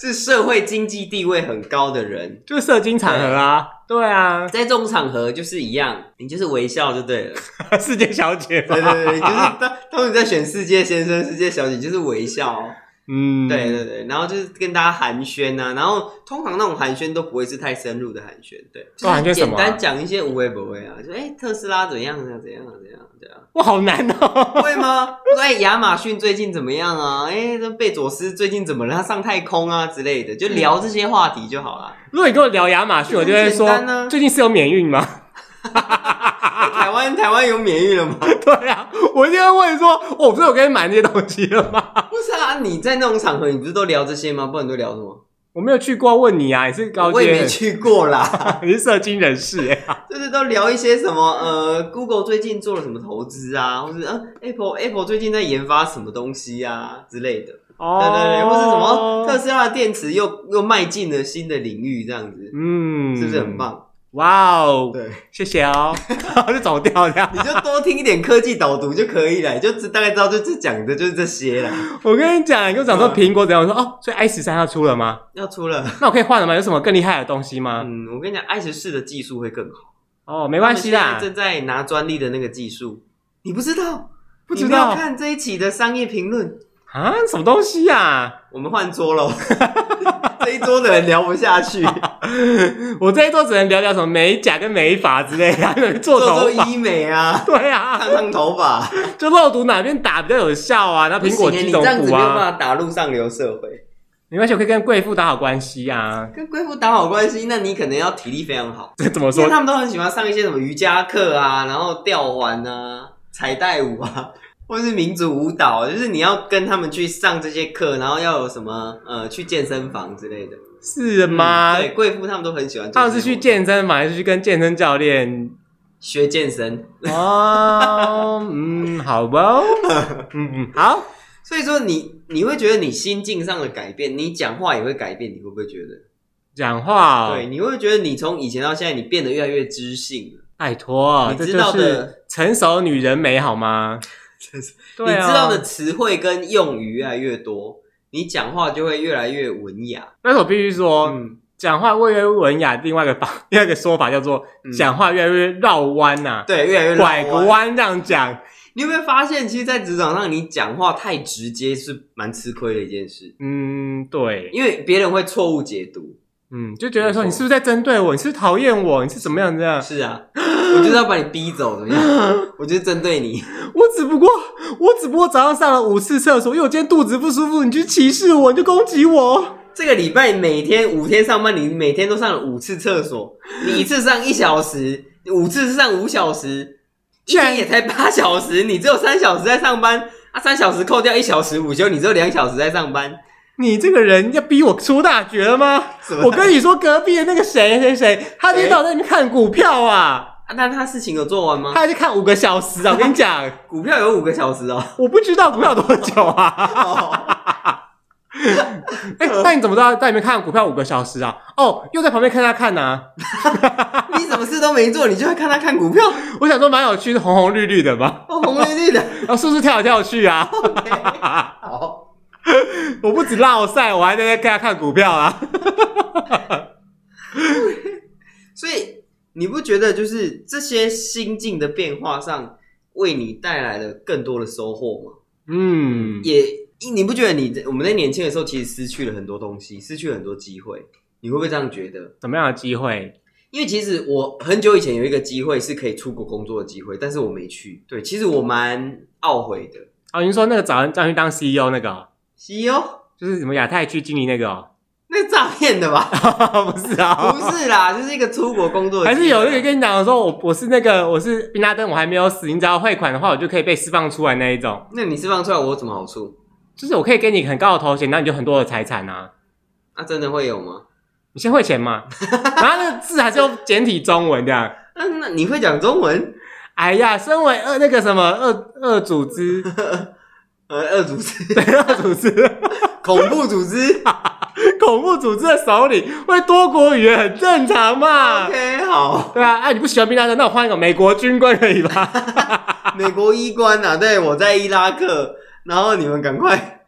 [SPEAKER 1] 是社会经济地位很高的人，
[SPEAKER 2] 就是社经场合啊，对啊，
[SPEAKER 1] 在这种场合就是一样，你就是微笑就对了。
[SPEAKER 2] 世界小姐嘛，
[SPEAKER 1] (laughs) 对对对，就是当 (laughs) 当你在选世界先生、世界小姐，就是微笑、
[SPEAKER 2] 嗯，
[SPEAKER 1] 对对对，然后就是跟大家寒暄啊，然后通常那种寒暱都不会是太深入的寒暱，对，
[SPEAKER 2] 都寒暄
[SPEAKER 1] 就是
[SPEAKER 2] 什么
[SPEAKER 1] 简
[SPEAKER 2] 啊
[SPEAKER 1] 单讲一些无为不为啊，就哎、特斯拉怎样啊，怎样啊，怎样啊怎样啊，
[SPEAKER 2] 哇，好难哦。
[SPEAKER 1] 会吗？ (laughs) 说哎亚马逊最近怎么样啊？哎、这贝佐斯最近怎么了？他上太空啊之类的，就聊这些话题就好了。
[SPEAKER 2] 如果你跟我聊亚马逊，我就会说
[SPEAKER 1] 很简单啊，
[SPEAKER 2] 最近是有免运吗？
[SPEAKER 1] 哎台湾台湾有免疫了吗？
[SPEAKER 2] 对啊，我一定会问说，哦，不是我给你买那些东西了吗？
[SPEAKER 1] 不是啊，你在那种场合，你不是都聊这些吗？不然你都聊什么？
[SPEAKER 2] 我没有去过，问你啊，你是高
[SPEAKER 1] 我也
[SPEAKER 2] 阶
[SPEAKER 1] 没，去过啦。
[SPEAKER 2] 你是社经人士哎，
[SPEAKER 1] 就是都聊一些什么呃，Google 最近做了什么投资啊，或是呃，Apple Apple 最近在研发什么东西啊之类的，
[SPEAKER 2] 哦
[SPEAKER 1] 对对对，或是什么特斯拉的电池又又迈进了新的领域，这样子
[SPEAKER 2] 嗯，
[SPEAKER 1] 是不是很？棒？
[SPEAKER 2] 哇哦，
[SPEAKER 1] 对，
[SPEAKER 2] 谢
[SPEAKER 1] (laughs)
[SPEAKER 2] 谢哦，就走掉这样。
[SPEAKER 1] 你就多听一点科技导读就可以了，你就知大概知道就这讲的就是这些了。
[SPEAKER 2] (laughs) 我跟你讲，你跟我讲说
[SPEAKER 1] 嗯
[SPEAKER 2] 苹果怎样，我说哦，所以 i 十三要出了吗？
[SPEAKER 1] 要出了，
[SPEAKER 2] 那我可以换了吗？有什么更厉害的东西吗？
[SPEAKER 1] 嗯，我跟你讲，i 十四的技术会更好，
[SPEAKER 2] 哦，没关系啦
[SPEAKER 1] 他们现在，正在拿专利的那个技术，你不知道，
[SPEAKER 2] 不知
[SPEAKER 1] 你没有
[SPEAKER 2] 道
[SPEAKER 1] 看这一期的商业评论。
[SPEAKER 2] 啊，什么东西啊呀？
[SPEAKER 1] 我们换桌喽， (laughs) 这一桌的人聊不下去，
[SPEAKER 2] 我这一桌只能聊聊什么美甲跟美发之
[SPEAKER 1] (laughs)
[SPEAKER 2] 类的， (laughs) 啊做
[SPEAKER 1] 做
[SPEAKER 2] 头
[SPEAKER 1] 做
[SPEAKER 2] 发。
[SPEAKER 1] 医美啊，
[SPEAKER 2] 对啊，
[SPEAKER 1] 烫烫头发，
[SPEAKER 2] 就肉毒哪边打比较有效啊？那苹果
[SPEAKER 1] 不行欸
[SPEAKER 2] 肌
[SPEAKER 1] 你
[SPEAKER 2] 总
[SPEAKER 1] 这样子
[SPEAKER 2] 补
[SPEAKER 1] 没有办法
[SPEAKER 2] 啊，
[SPEAKER 1] 打入上流社会，
[SPEAKER 2] 没关系，我可以跟贵妇打好关系啊。 (laughs)
[SPEAKER 1] 跟贵妇打好关系，那你可能要体力非常好，
[SPEAKER 2] 这怎么
[SPEAKER 1] 因为
[SPEAKER 2] 说？
[SPEAKER 1] 他们都很喜欢上一些什么瑜伽课啊，然后吊环啊、彩带舞啊。 (laughs) 或是民族舞蹈，就是你要跟他们去上这些课，然后要有什么呃，去健身房之类的。
[SPEAKER 2] 是吗
[SPEAKER 1] 嗯？对，贵妇他们都很喜欢做
[SPEAKER 2] 他
[SPEAKER 1] 这些活动。
[SPEAKER 2] 们是去健身房，还是去跟健身教
[SPEAKER 1] (laughs)
[SPEAKER 2] 练？
[SPEAKER 1] 学健身，
[SPEAKER 2] 哦，嗯，
[SPEAKER 1] (laughs)
[SPEAKER 2] 好吧，嗯嗯，好。
[SPEAKER 1] 所以说你你会觉得你心境上的改变，你讲话也会改变，你会不会觉得？
[SPEAKER 2] 讲话、哦，
[SPEAKER 1] 对，，你会觉得你从以前到现在，你变得越来越知性了。
[SPEAKER 2] 拜托，
[SPEAKER 1] 你
[SPEAKER 2] 这
[SPEAKER 1] 知
[SPEAKER 2] 就
[SPEAKER 1] 道
[SPEAKER 2] 是
[SPEAKER 1] 的
[SPEAKER 2] 成熟女人美好吗？ (laughs) 对、啊，
[SPEAKER 1] 你知道的。词汇跟用语越来越多，你讲话就会越来越文雅。
[SPEAKER 2] 但是我必须说，
[SPEAKER 1] 嗯，
[SPEAKER 2] 讲话越来越文雅，另外一个法， (laughs) 另外一个说法叫做、
[SPEAKER 1] 嗯
[SPEAKER 2] 讲话越来越绕弯呐、
[SPEAKER 1] 对，越来越
[SPEAKER 2] 拐
[SPEAKER 1] 绕
[SPEAKER 2] 个。弯这样讲。
[SPEAKER 1] 你有没有发现，其实，在职场上，你讲话太直接是蛮吃亏的一件事，
[SPEAKER 2] 嗯，对，
[SPEAKER 1] 因为别人会错误解
[SPEAKER 2] (laughs)
[SPEAKER 1] 读。
[SPEAKER 2] 嗯，就觉得说
[SPEAKER 1] 没错
[SPEAKER 2] 你是不是在针对我？你是不是讨厌我？你是怎么样这样？
[SPEAKER 1] 是啊，我就是要把你逼走，怎么样？我就是针对你。
[SPEAKER 2] 我只不过，我只不过早上上了五次厕所，因为我今天肚子不舒服，你去歧视我，你就攻击我。
[SPEAKER 1] 这个礼拜每天五天上班，你每天都上了五次厕所，你一次上一小时，五次上五小时，一
[SPEAKER 2] 然
[SPEAKER 1] 天也才八小时，你只有三小时在上班啊，三小时扣掉一小时午休，你只有两小时在上班，
[SPEAKER 2] 你这个人要逼我出大绝了吗？
[SPEAKER 1] 什么
[SPEAKER 2] 我跟你说，隔壁的那个谁谁谁，他今天早上在那边看股票啊，
[SPEAKER 1] 啊，但他事情有做完吗？
[SPEAKER 2] 他去看五个小时啊！我跟你 (laughs) 讲，
[SPEAKER 1] 股票有五个小时哦，
[SPEAKER 2] 我不知道股票多久啊。 (laughs) 哎、那你怎么知道在里面看股票五个小时啊？哦，又在旁边看他看呐、
[SPEAKER 1] (laughs)
[SPEAKER 2] 啊
[SPEAKER 1] 你什么事都没做，你就会看他看股票，
[SPEAKER 2] 我想说蛮有趣，是红红绿绿的嘛，
[SPEAKER 1] 哦，红绿绿的，
[SPEAKER 2] 然后是不是跳来跳去啊？ (laughs)
[SPEAKER 1] 好，
[SPEAKER 2] 我不止落赛，我还在那跟他看股票啊。
[SPEAKER 1] 所以你不觉得就是这些心境的变化上，为你带来了更多的收获吗？
[SPEAKER 2] 嗯，
[SPEAKER 1] 也，你不觉得你我们在年轻的时候其实失去了很多东西，失去了很多机会，你会不会这样觉得？
[SPEAKER 2] 怎么样的机会？
[SPEAKER 1] 因为其实我很久以前有一个机会是可以出国工作的机会，但是我没去。对，其实我蛮懊悔的。
[SPEAKER 2] 哦，您说那个早上上去当 CEO 那个哦、
[SPEAKER 1] 西哦，
[SPEAKER 2] 就是什么亚太区经理那个、哦？ (laughs)
[SPEAKER 1] 那诈骗的吧？
[SPEAKER 2] 不是啊，
[SPEAKER 1] 不是啦，就是一个出国工作的
[SPEAKER 2] 还
[SPEAKER 1] 机会啊
[SPEAKER 2] 是有一个跟你讲说，我我是那个我是宾拉登，我还没有死，你只要汇款的话，我就可以被释放出来那一种，
[SPEAKER 1] 那你释放出来，我有什么好处？
[SPEAKER 2] 就是我可以给你很高的头衔，那你就很多的财产啊。
[SPEAKER 1] 那、真的会有吗？
[SPEAKER 2] 你先汇
[SPEAKER 1] (laughs)
[SPEAKER 2] 钱嘛。然后那个字还是用简体中文这样。
[SPEAKER 1] 那那你会讲中文？
[SPEAKER 2] 哎呀，身为二那个什么二二组织，
[SPEAKER 1] 呃，二组织，
[SPEAKER 2] 对二组织
[SPEAKER 1] 恐怖组
[SPEAKER 2] (laughs)
[SPEAKER 1] 织。
[SPEAKER 2] 恐怖组织的首领，会多国语言很正常嘛。
[SPEAKER 1] OK，好，
[SPEAKER 2] 对啊，哎、你不喜欢冰拉登，那我换一个美国军官可以
[SPEAKER 1] (laughs)
[SPEAKER 2] 吧？
[SPEAKER 1] 美国医官啊，对我在伊拉克，然后你们赶快，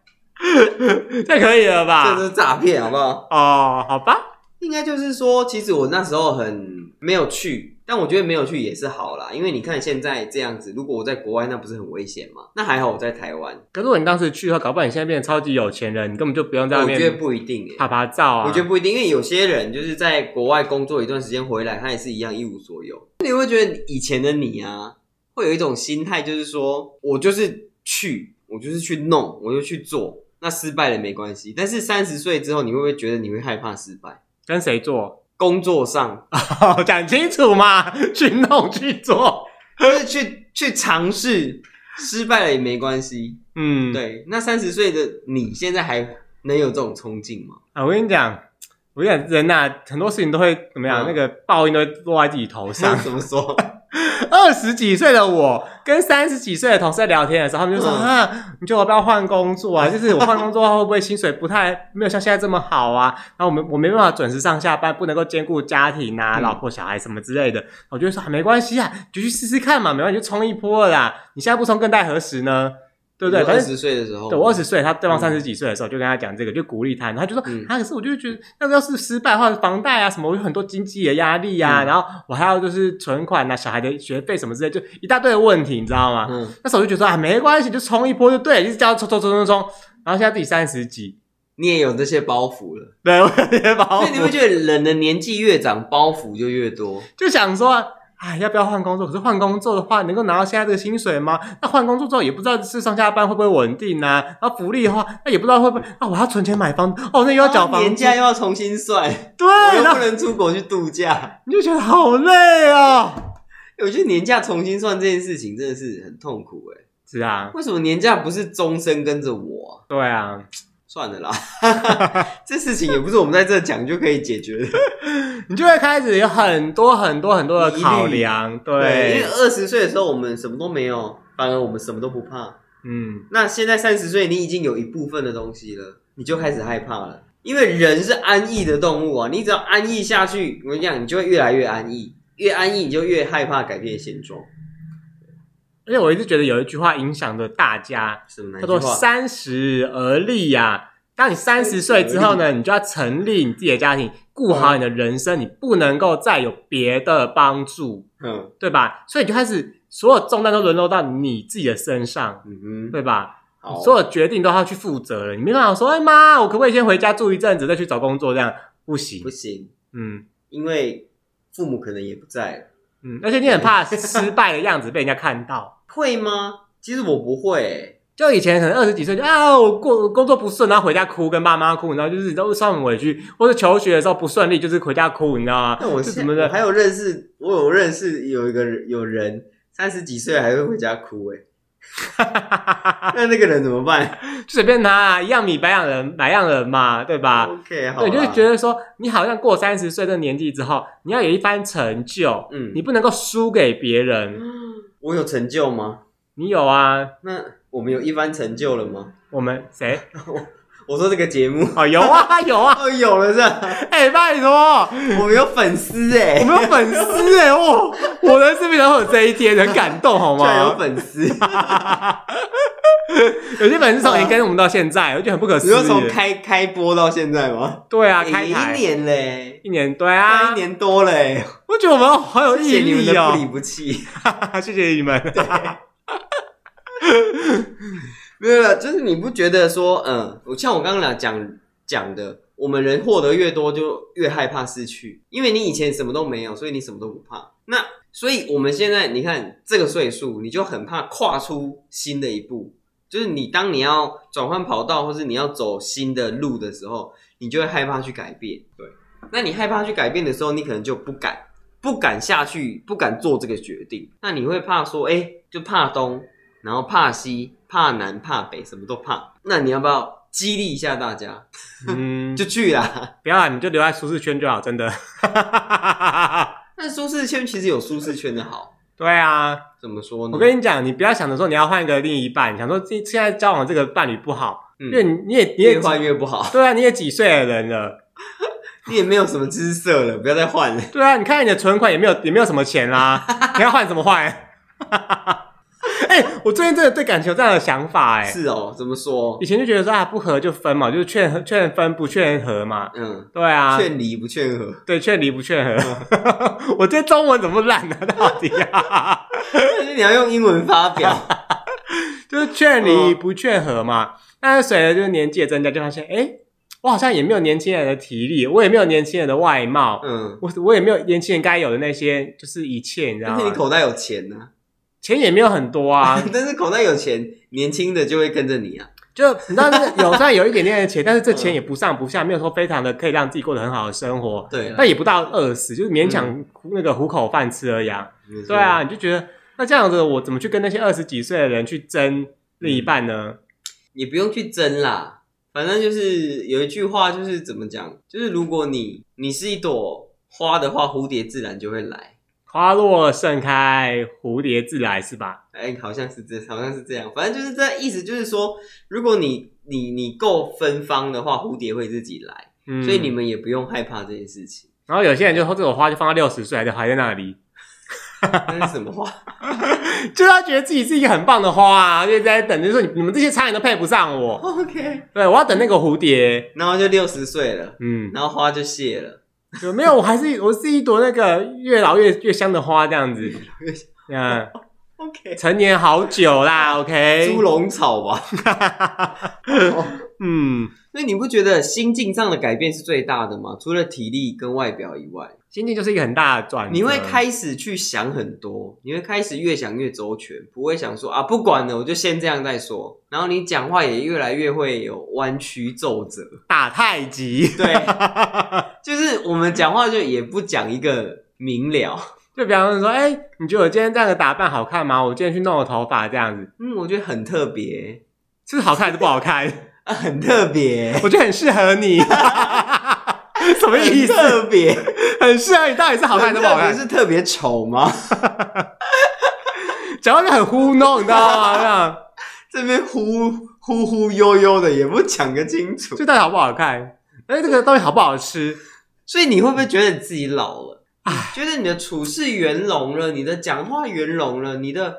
[SPEAKER 2] 这可以了吧？
[SPEAKER 1] 这是诈骗，好不好？
[SPEAKER 2] 哦，好吧，
[SPEAKER 1] 应该就是说，其实我那时候很没有去，但我觉得没有去也是好啦，因为你看现在这样子，如果我在国外，那不是很危险吗？那还好我在台湾，
[SPEAKER 2] 可是如果你当时去的话，搞不好你现在变成超级有钱人，你根本就不用在外
[SPEAKER 1] 哦我觉得
[SPEAKER 2] 面
[SPEAKER 1] 不一定诶、
[SPEAKER 2] 拍拍照啊。
[SPEAKER 1] 我觉得不一定，因为有些人就是在国外工作一段时间回来，他也是一样一无所有。你会觉得以前的你啊，会有一种心态，就是说我就是去，我就是去弄，我就去做，那失败了没关系。但是三十岁之后，你会不会觉得你会害怕失败？
[SPEAKER 2] 跟谁 (laughs) 做，
[SPEAKER 1] 工作上
[SPEAKER 2] 哦讲清楚嘛， (laughs) 去弄去做。
[SPEAKER 1] 就是去去尝试，失败了也没关系。
[SPEAKER 2] 嗯，
[SPEAKER 1] 对，那三十岁的你现在还能有这种冲劲
[SPEAKER 2] (laughs)
[SPEAKER 1] 吗？
[SPEAKER 2] 啊，我跟你讲，我跟你讲，人呐、很多事情都会怎么
[SPEAKER 1] 嗯
[SPEAKER 2] 样？那个报应都会落在自己头上。
[SPEAKER 1] 怎么说？
[SPEAKER 2] (laughs) 二十几岁的我跟三十几岁的同事在聊天的时候，他们就说、
[SPEAKER 1] 嗯
[SPEAKER 2] 啊，你觉得我要不要换工作啊？就是我换工作的话，会不会薪水不太没有像现在这么好啊？然后我们我没办法准时上下班，不能够兼顾家庭啊、
[SPEAKER 1] 嗯
[SPEAKER 2] 老婆小孩什么之类的。我就会说、啊、没关系啊，你就去试试看嘛，没关系，就冲一波了啦。你现在不冲，更待何时呢？对不对？反
[SPEAKER 1] 二
[SPEAKER 2] 正
[SPEAKER 1] 十岁的时候，
[SPEAKER 2] 对我二十岁，他对方
[SPEAKER 1] 嗯
[SPEAKER 2] 三十几岁的时候，就跟他讲这个，就鼓励他，然后他就说、
[SPEAKER 1] 嗯
[SPEAKER 2] 啊，可是我就觉得，那要是失败的话，房贷啊什么，我有很多经济的压力啊，
[SPEAKER 1] 嗯
[SPEAKER 2] 然后我还要就是存款啊，小孩的学费什么之类，就一大堆的问题，你知道吗？
[SPEAKER 1] 嗯，
[SPEAKER 2] 那时候我就觉得说啊，没关系，就冲一波就对了，就是这样冲冲冲冲冲，然后现在自己三十几，
[SPEAKER 1] 你也有这些包袱了。
[SPEAKER 2] 对，我也把我
[SPEAKER 1] 所以你会觉得人的年纪越长，包袱就越多。
[SPEAKER 2] 就想说，哎，要不要换工作？可是换工作的话，能够拿到现在这个薪水吗？那换工作之后也不知道是上下班会不会稳定啊，然后福利的话，那也不知道会不会，那、我要存钱买房，哦，那又要缴
[SPEAKER 1] 然后
[SPEAKER 2] 房
[SPEAKER 1] 啊年
[SPEAKER 2] 租
[SPEAKER 1] 假又要重新算，
[SPEAKER 2] 对，
[SPEAKER 1] 我又
[SPEAKER 2] 然
[SPEAKER 1] 不
[SPEAKER 2] 后
[SPEAKER 1] 能出国去度假。
[SPEAKER 2] 你就觉得好累哦。
[SPEAKER 1] 我觉得年假重新算这件事情真的是很痛苦哎、
[SPEAKER 2] 是啊，
[SPEAKER 1] 为什么年假不是终身跟着我啊、
[SPEAKER 2] 对啊，
[SPEAKER 1] 算了啦， (laughs) 这事情也不是我们在这讲就可以解决的。
[SPEAKER 2] 你就会开始有很多很多很多的考量，
[SPEAKER 1] 因为
[SPEAKER 2] 对，
[SPEAKER 1] 二十岁的时候我们什么都没有，反而我们什么都不怕。
[SPEAKER 2] 嗯，
[SPEAKER 1] 那现在三十岁，你已经有一部分的东西了，你就开始害怕了。因为人是安逸的动物啊，你只要安逸下去，我跟你讲，你就会越来越安逸，越安逸你就越害怕改变现状。
[SPEAKER 2] 而且我一直觉得有一句话影响着大家，
[SPEAKER 1] 什么
[SPEAKER 2] 叫
[SPEAKER 1] 难
[SPEAKER 2] 做“
[SPEAKER 1] 句话？
[SPEAKER 2] 三十而立”呀。当你三十岁之后呢，你就要成立你自己的家庭，顾好你的人生，你不能够再有别的帮助，
[SPEAKER 1] 嗯
[SPEAKER 2] 对吧？所以你就开始所有重担都沦落到你自己的身上，
[SPEAKER 1] 嗯哼，
[SPEAKER 2] 对吧？
[SPEAKER 1] 好，
[SPEAKER 2] 所有决定都要去负责了。你没办法说，哎妈，我可不可以先回家住一阵子再去找工作？这样不行
[SPEAKER 1] 不。行，
[SPEAKER 2] 嗯
[SPEAKER 1] 因为父母可能也不在了，
[SPEAKER 2] 嗯，而且你很
[SPEAKER 1] (laughs)
[SPEAKER 2] 怕失败的样子被人家看到。
[SPEAKER 1] 会吗？其实我不会、欸，
[SPEAKER 2] 就以前可能二十几岁就啊，我过工作不顺，然后回家哭，跟爸妈哭，然后就是你都算很委屈，或者求学的时候不顺利，就是回家哭，你知 (laughs) 道吗？
[SPEAKER 1] 那我
[SPEAKER 2] 是
[SPEAKER 1] 现
[SPEAKER 2] 怎么
[SPEAKER 1] 我 (laughs)
[SPEAKER 2] 的？
[SPEAKER 1] 还有认识，我有认识有一个人有人三十几岁还会回家哭
[SPEAKER 2] (laughs)
[SPEAKER 1] 哎、那那个人怎么办
[SPEAKER 2] 就随便拿、啊，一样米百样人，百样人嘛，对吧？
[SPEAKER 1] ？OK，好啦，
[SPEAKER 2] 啊对，就是觉得说，你好像过三十岁这个年纪之后，你要有一番成就，
[SPEAKER 1] 嗯
[SPEAKER 2] 你不能够输给别人。
[SPEAKER 1] 我有成就吗？
[SPEAKER 2] 你有啊？
[SPEAKER 1] 那我们有一番成就了吗？
[SPEAKER 2] 我们谁？
[SPEAKER 1] 我说这个节目
[SPEAKER 2] 哦，有啊， (laughs) 有啊，
[SPEAKER 1] 哦，有了是吧？
[SPEAKER 2] 哎、拜托，
[SPEAKER 1] 我们有粉丝哎、
[SPEAKER 2] 我们有粉丝
[SPEAKER 1] (laughs)
[SPEAKER 2] 哎、哦，我的视频能有这一天，很感动好
[SPEAKER 1] 居然有
[SPEAKER 2] 吗？
[SPEAKER 1] 粉
[SPEAKER 2] (laughs)
[SPEAKER 1] 丝，
[SPEAKER 2] 有些粉丝从以前跟我们到现在，我觉得很不可
[SPEAKER 1] 你
[SPEAKER 2] 思
[SPEAKER 1] 说从
[SPEAKER 2] 议。
[SPEAKER 1] 开开播到现在吗？
[SPEAKER 2] 对啊，
[SPEAKER 1] 哎
[SPEAKER 2] 开台
[SPEAKER 1] 一年嘞，
[SPEAKER 2] 一年对
[SPEAKER 1] 快
[SPEAKER 2] 啊
[SPEAKER 1] 一，年多嘞，
[SPEAKER 2] 我觉得我们好有
[SPEAKER 1] 谢谢
[SPEAKER 2] 毅
[SPEAKER 1] 你们的
[SPEAKER 2] 力
[SPEAKER 1] 不离
[SPEAKER 2] 哦，
[SPEAKER 1] 不弃。
[SPEAKER 2] (laughs) 谢谢你们。
[SPEAKER 1] 没有了，就是你不觉得说，嗯，我像我刚刚讲讲的，我们人获得越多，就越害怕失去，因为你以前什么都没有，所以你什么都不怕。那所以我们现在你看这个岁数，你就很怕跨出新的一步，就是你当你要转换跑道，或是你要走新的路的时候，你就会害怕去改变。对，那你害怕去改变的时候，你可能就不敢。不敢下去，不敢做这个决定，那你会怕说，哎、就怕东，然后怕西、怕南、怕北，什么都怕。那你要不要激励一下大家，
[SPEAKER 2] 嗯，就
[SPEAKER 1] 就去啦。 (laughs)
[SPEAKER 2] 不要啊，你就留在舒适圈就好，真的。 (laughs)
[SPEAKER 1] 但舒适圈其实有舒适圈的好，
[SPEAKER 2] 对啊，
[SPEAKER 1] 怎么说呢？
[SPEAKER 2] 我跟你讲，你不要想着说你要换一个另一半，想说这现在交往这个伴侣不好，
[SPEAKER 1] 嗯
[SPEAKER 2] 因为你你也你也
[SPEAKER 1] 越换越不好， (laughs)
[SPEAKER 2] 对啊，你也几岁的人了，
[SPEAKER 1] 你也没有什么姿色了，不要再换了。
[SPEAKER 2] 对啊，你看你的存款也没有也没有什么
[SPEAKER 1] (laughs)
[SPEAKER 2] 钱啦，你要换什么换？ (laughs) 哎、我最近真的对感情有这样的想法哎、
[SPEAKER 1] 是哦，怎么说
[SPEAKER 2] 以？前就觉得说啊不合就分嘛，就是劝和劝分不劝和嘛，
[SPEAKER 1] 嗯，
[SPEAKER 2] 对啊，
[SPEAKER 1] 劝嗯离不劝和， (laughs)
[SPEAKER 2] 对劝离不劝和。 (laughs) 我这中文怎么烂呢、到底啊？ (laughs)
[SPEAKER 1] 但是你要用英文发表。
[SPEAKER 2] 就是劝离
[SPEAKER 1] 嗯
[SPEAKER 2] 不劝和嘛。但是随着就是年纪的增加，就发现哎、诶我好像也没有年轻人的体力，我也没有年轻人的外貌，
[SPEAKER 1] 嗯，
[SPEAKER 2] 我我也没有年轻人该有的那些就是一切，你知道
[SPEAKER 1] 但是你
[SPEAKER 2] 吗？
[SPEAKER 1] 口袋有钱呢、
[SPEAKER 2] 钱也没有很多啊，
[SPEAKER 1] (laughs) 但是口袋有钱，年轻的就会跟着你啊。
[SPEAKER 2] 就你知道那个有虽然有一点点的钱，但是这钱也不上不下，没有说非常的可以让自己过得很好的生活。
[SPEAKER 1] 对啊嗯啦
[SPEAKER 2] 但也不到饿死，就是勉强那个糊口饭吃而已啊。
[SPEAKER 1] 没错
[SPEAKER 2] 对啊，，你就觉得那这样子，我怎么去跟那些二十几岁的人去争
[SPEAKER 1] 嗯
[SPEAKER 2] 另一半呢？
[SPEAKER 1] 也不用去争啦。反正就是有一句话，就是怎么讲，就是如果你你是一朵花的话，蝴蝶自然就会来。
[SPEAKER 2] 花落盛开，蝴蝶自来是吧？
[SPEAKER 1] 哎、好像是这，好像是这样。反正就是这意思，就是说，如果你你你够芬芳的话，蝴蝶会自己来，
[SPEAKER 2] 嗯，
[SPEAKER 1] 所以你，们也不用害怕这件事情。 (laughs)
[SPEAKER 2] 然后有些人就说这种花就放到六十岁还在还在那里，
[SPEAKER 1] 那是什么话？
[SPEAKER 2] 就他觉得自己是一个很棒的花啊，就一直在等，就是说你你们这些苍蝇都配不上我，
[SPEAKER 1] OK，
[SPEAKER 2] 对我要等那个蝴蝶。
[SPEAKER 1] (laughs) 然后就六十岁了，
[SPEAKER 2] 嗯，
[SPEAKER 1] 然后花就谢了。
[SPEAKER 2] 有没有？我还是我是一朵那个越老越越香的花这样子。
[SPEAKER 1] 越香
[SPEAKER 2] 嗯，
[SPEAKER 1] OK，
[SPEAKER 2] 成年好久啦
[SPEAKER 1] (laughs)
[SPEAKER 2] ，OK
[SPEAKER 1] 猪。笼草吧。 (laughs)
[SPEAKER 2] 嗯，
[SPEAKER 1] 所以你不觉得心境上的改变是最大的吗？除了体力跟外表以外，
[SPEAKER 2] 心境就是一个很大的转折。
[SPEAKER 1] 你会开始去想很多，你会开始越想越周全，不会想说啊不管了，我就先这样再说。然后你讲话也越来越会有弯曲皱褶，
[SPEAKER 2] 打太极，
[SPEAKER 1] 对， (laughs) 就是我们讲话就也不讲一个明了。
[SPEAKER 2] (laughs)
[SPEAKER 1] (laughs)
[SPEAKER 2] 就比方说，哎、你觉得我今天这样的打扮好看吗？我今天去弄了头发，这样子
[SPEAKER 1] 嗯，我觉得很特别，
[SPEAKER 2] 是好看还是不好看？ (laughs)
[SPEAKER 1] 啊、很特别，
[SPEAKER 2] 我觉得很适合你， (laughs) 什么意
[SPEAKER 1] 很
[SPEAKER 2] 思？
[SPEAKER 1] 特别，
[SPEAKER 2] (laughs) 很适合你，到底是好看还
[SPEAKER 1] 很
[SPEAKER 2] 是不好
[SPEAKER 1] 特别
[SPEAKER 2] 看？
[SPEAKER 1] 是特别丑吗？ (laughs)
[SPEAKER 2] 讲话就很糊弄，你知道吗？ (laughs) 这样
[SPEAKER 1] 这边忽忽忽悠悠的，也不讲个清楚。
[SPEAKER 2] 这到底好不好看？哎、这个东西好不好吃？
[SPEAKER 1] 所以你会不会觉得你自己老了？觉得你的处事圆融了，你的讲话圆融了，你的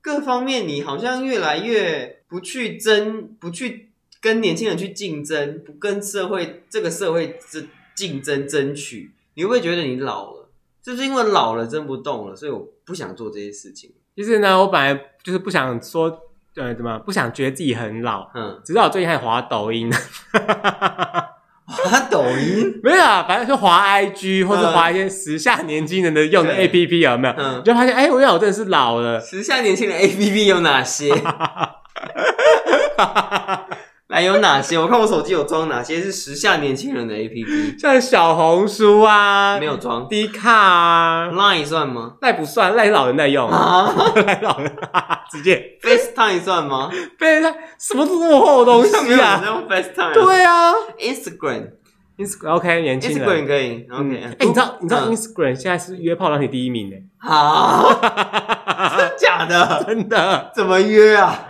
[SPEAKER 1] 各方面你好像越来越不去争，不去跟年轻人去竞争，不跟社会这个社会争竞争争取，你会不会觉得你老了？就是因为老了争不动了，所以我不想做这些事情。
[SPEAKER 2] 其实呢，我本来就是不想说，呃，怎么不想觉得自己很老， (laughs)
[SPEAKER 1] 嗯，
[SPEAKER 2] 直到我最近还滑抖音， (laughs)
[SPEAKER 1] 滑啊抖音，
[SPEAKER 2] 没有啊，反正就滑 IG 或者滑一些时下年轻人的用的
[SPEAKER 1] 对
[SPEAKER 2] APP 有没有？
[SPEAKER 1] 嗯
[SPEAKER 2] 你，就发现，哎、我原来我真的是老了。
[SPEAKER 1] 时下年轻人 A P P 有哪些？来，有哪些？我看我手机有装哪些是时下年轻人的 A P P，
[SPEAKER 2] 像小红书啊，
[SPEAKER 1] 没有装。
[SPEAKER 2] 低卡啊，
[SPEAKER 1] Line 算吗？
[SPEAKER 2] 赖不算，赖老人在用，
[SPEAKER 1] 啊
[SPEAKER 2] 赖老人 (laughs) 哈哈直接
[SPEAKER 1] ，FaceTime 算吗？
[SPEAKER 2] 被人家什么落后的东
[SPEAKER 1] 没
[SPEAKER 2] 西
[SPEAKER 1] 有人在
[SPEAKER 2] 啊？
[SPEAKER 1] 用 FaceTime。
[SPEAKER 2] 对啊
[SPEAKER 1] Instagram，Instagram
[SPEAKER 2] ，Ins OK 年轻人。
[SPEAKER 1] 可以。
[SPEAKER 2] 嗯
[SPEAKER 1] OK，
[SPEAKER 2] 哎、你知道你知道
[SPEAKER 1] 嗯
[SPEAKER 2] Instagram 现在是约炮软体第
[SPEAKER 1] (laughs)
[SPEAKER 2] 一名呢，
[SPEAKER 1] 啊？真的 (laughs) 假的？
[SPEAKER 2] 真的，
[SPEAKER 1] 怎么约啊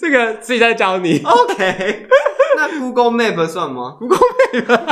[SPEAKER 2] 这个自己在教你。 (laughs)
[SPEAKER 1] ？OK，那 (laughs) Google Map 算吗？Google Map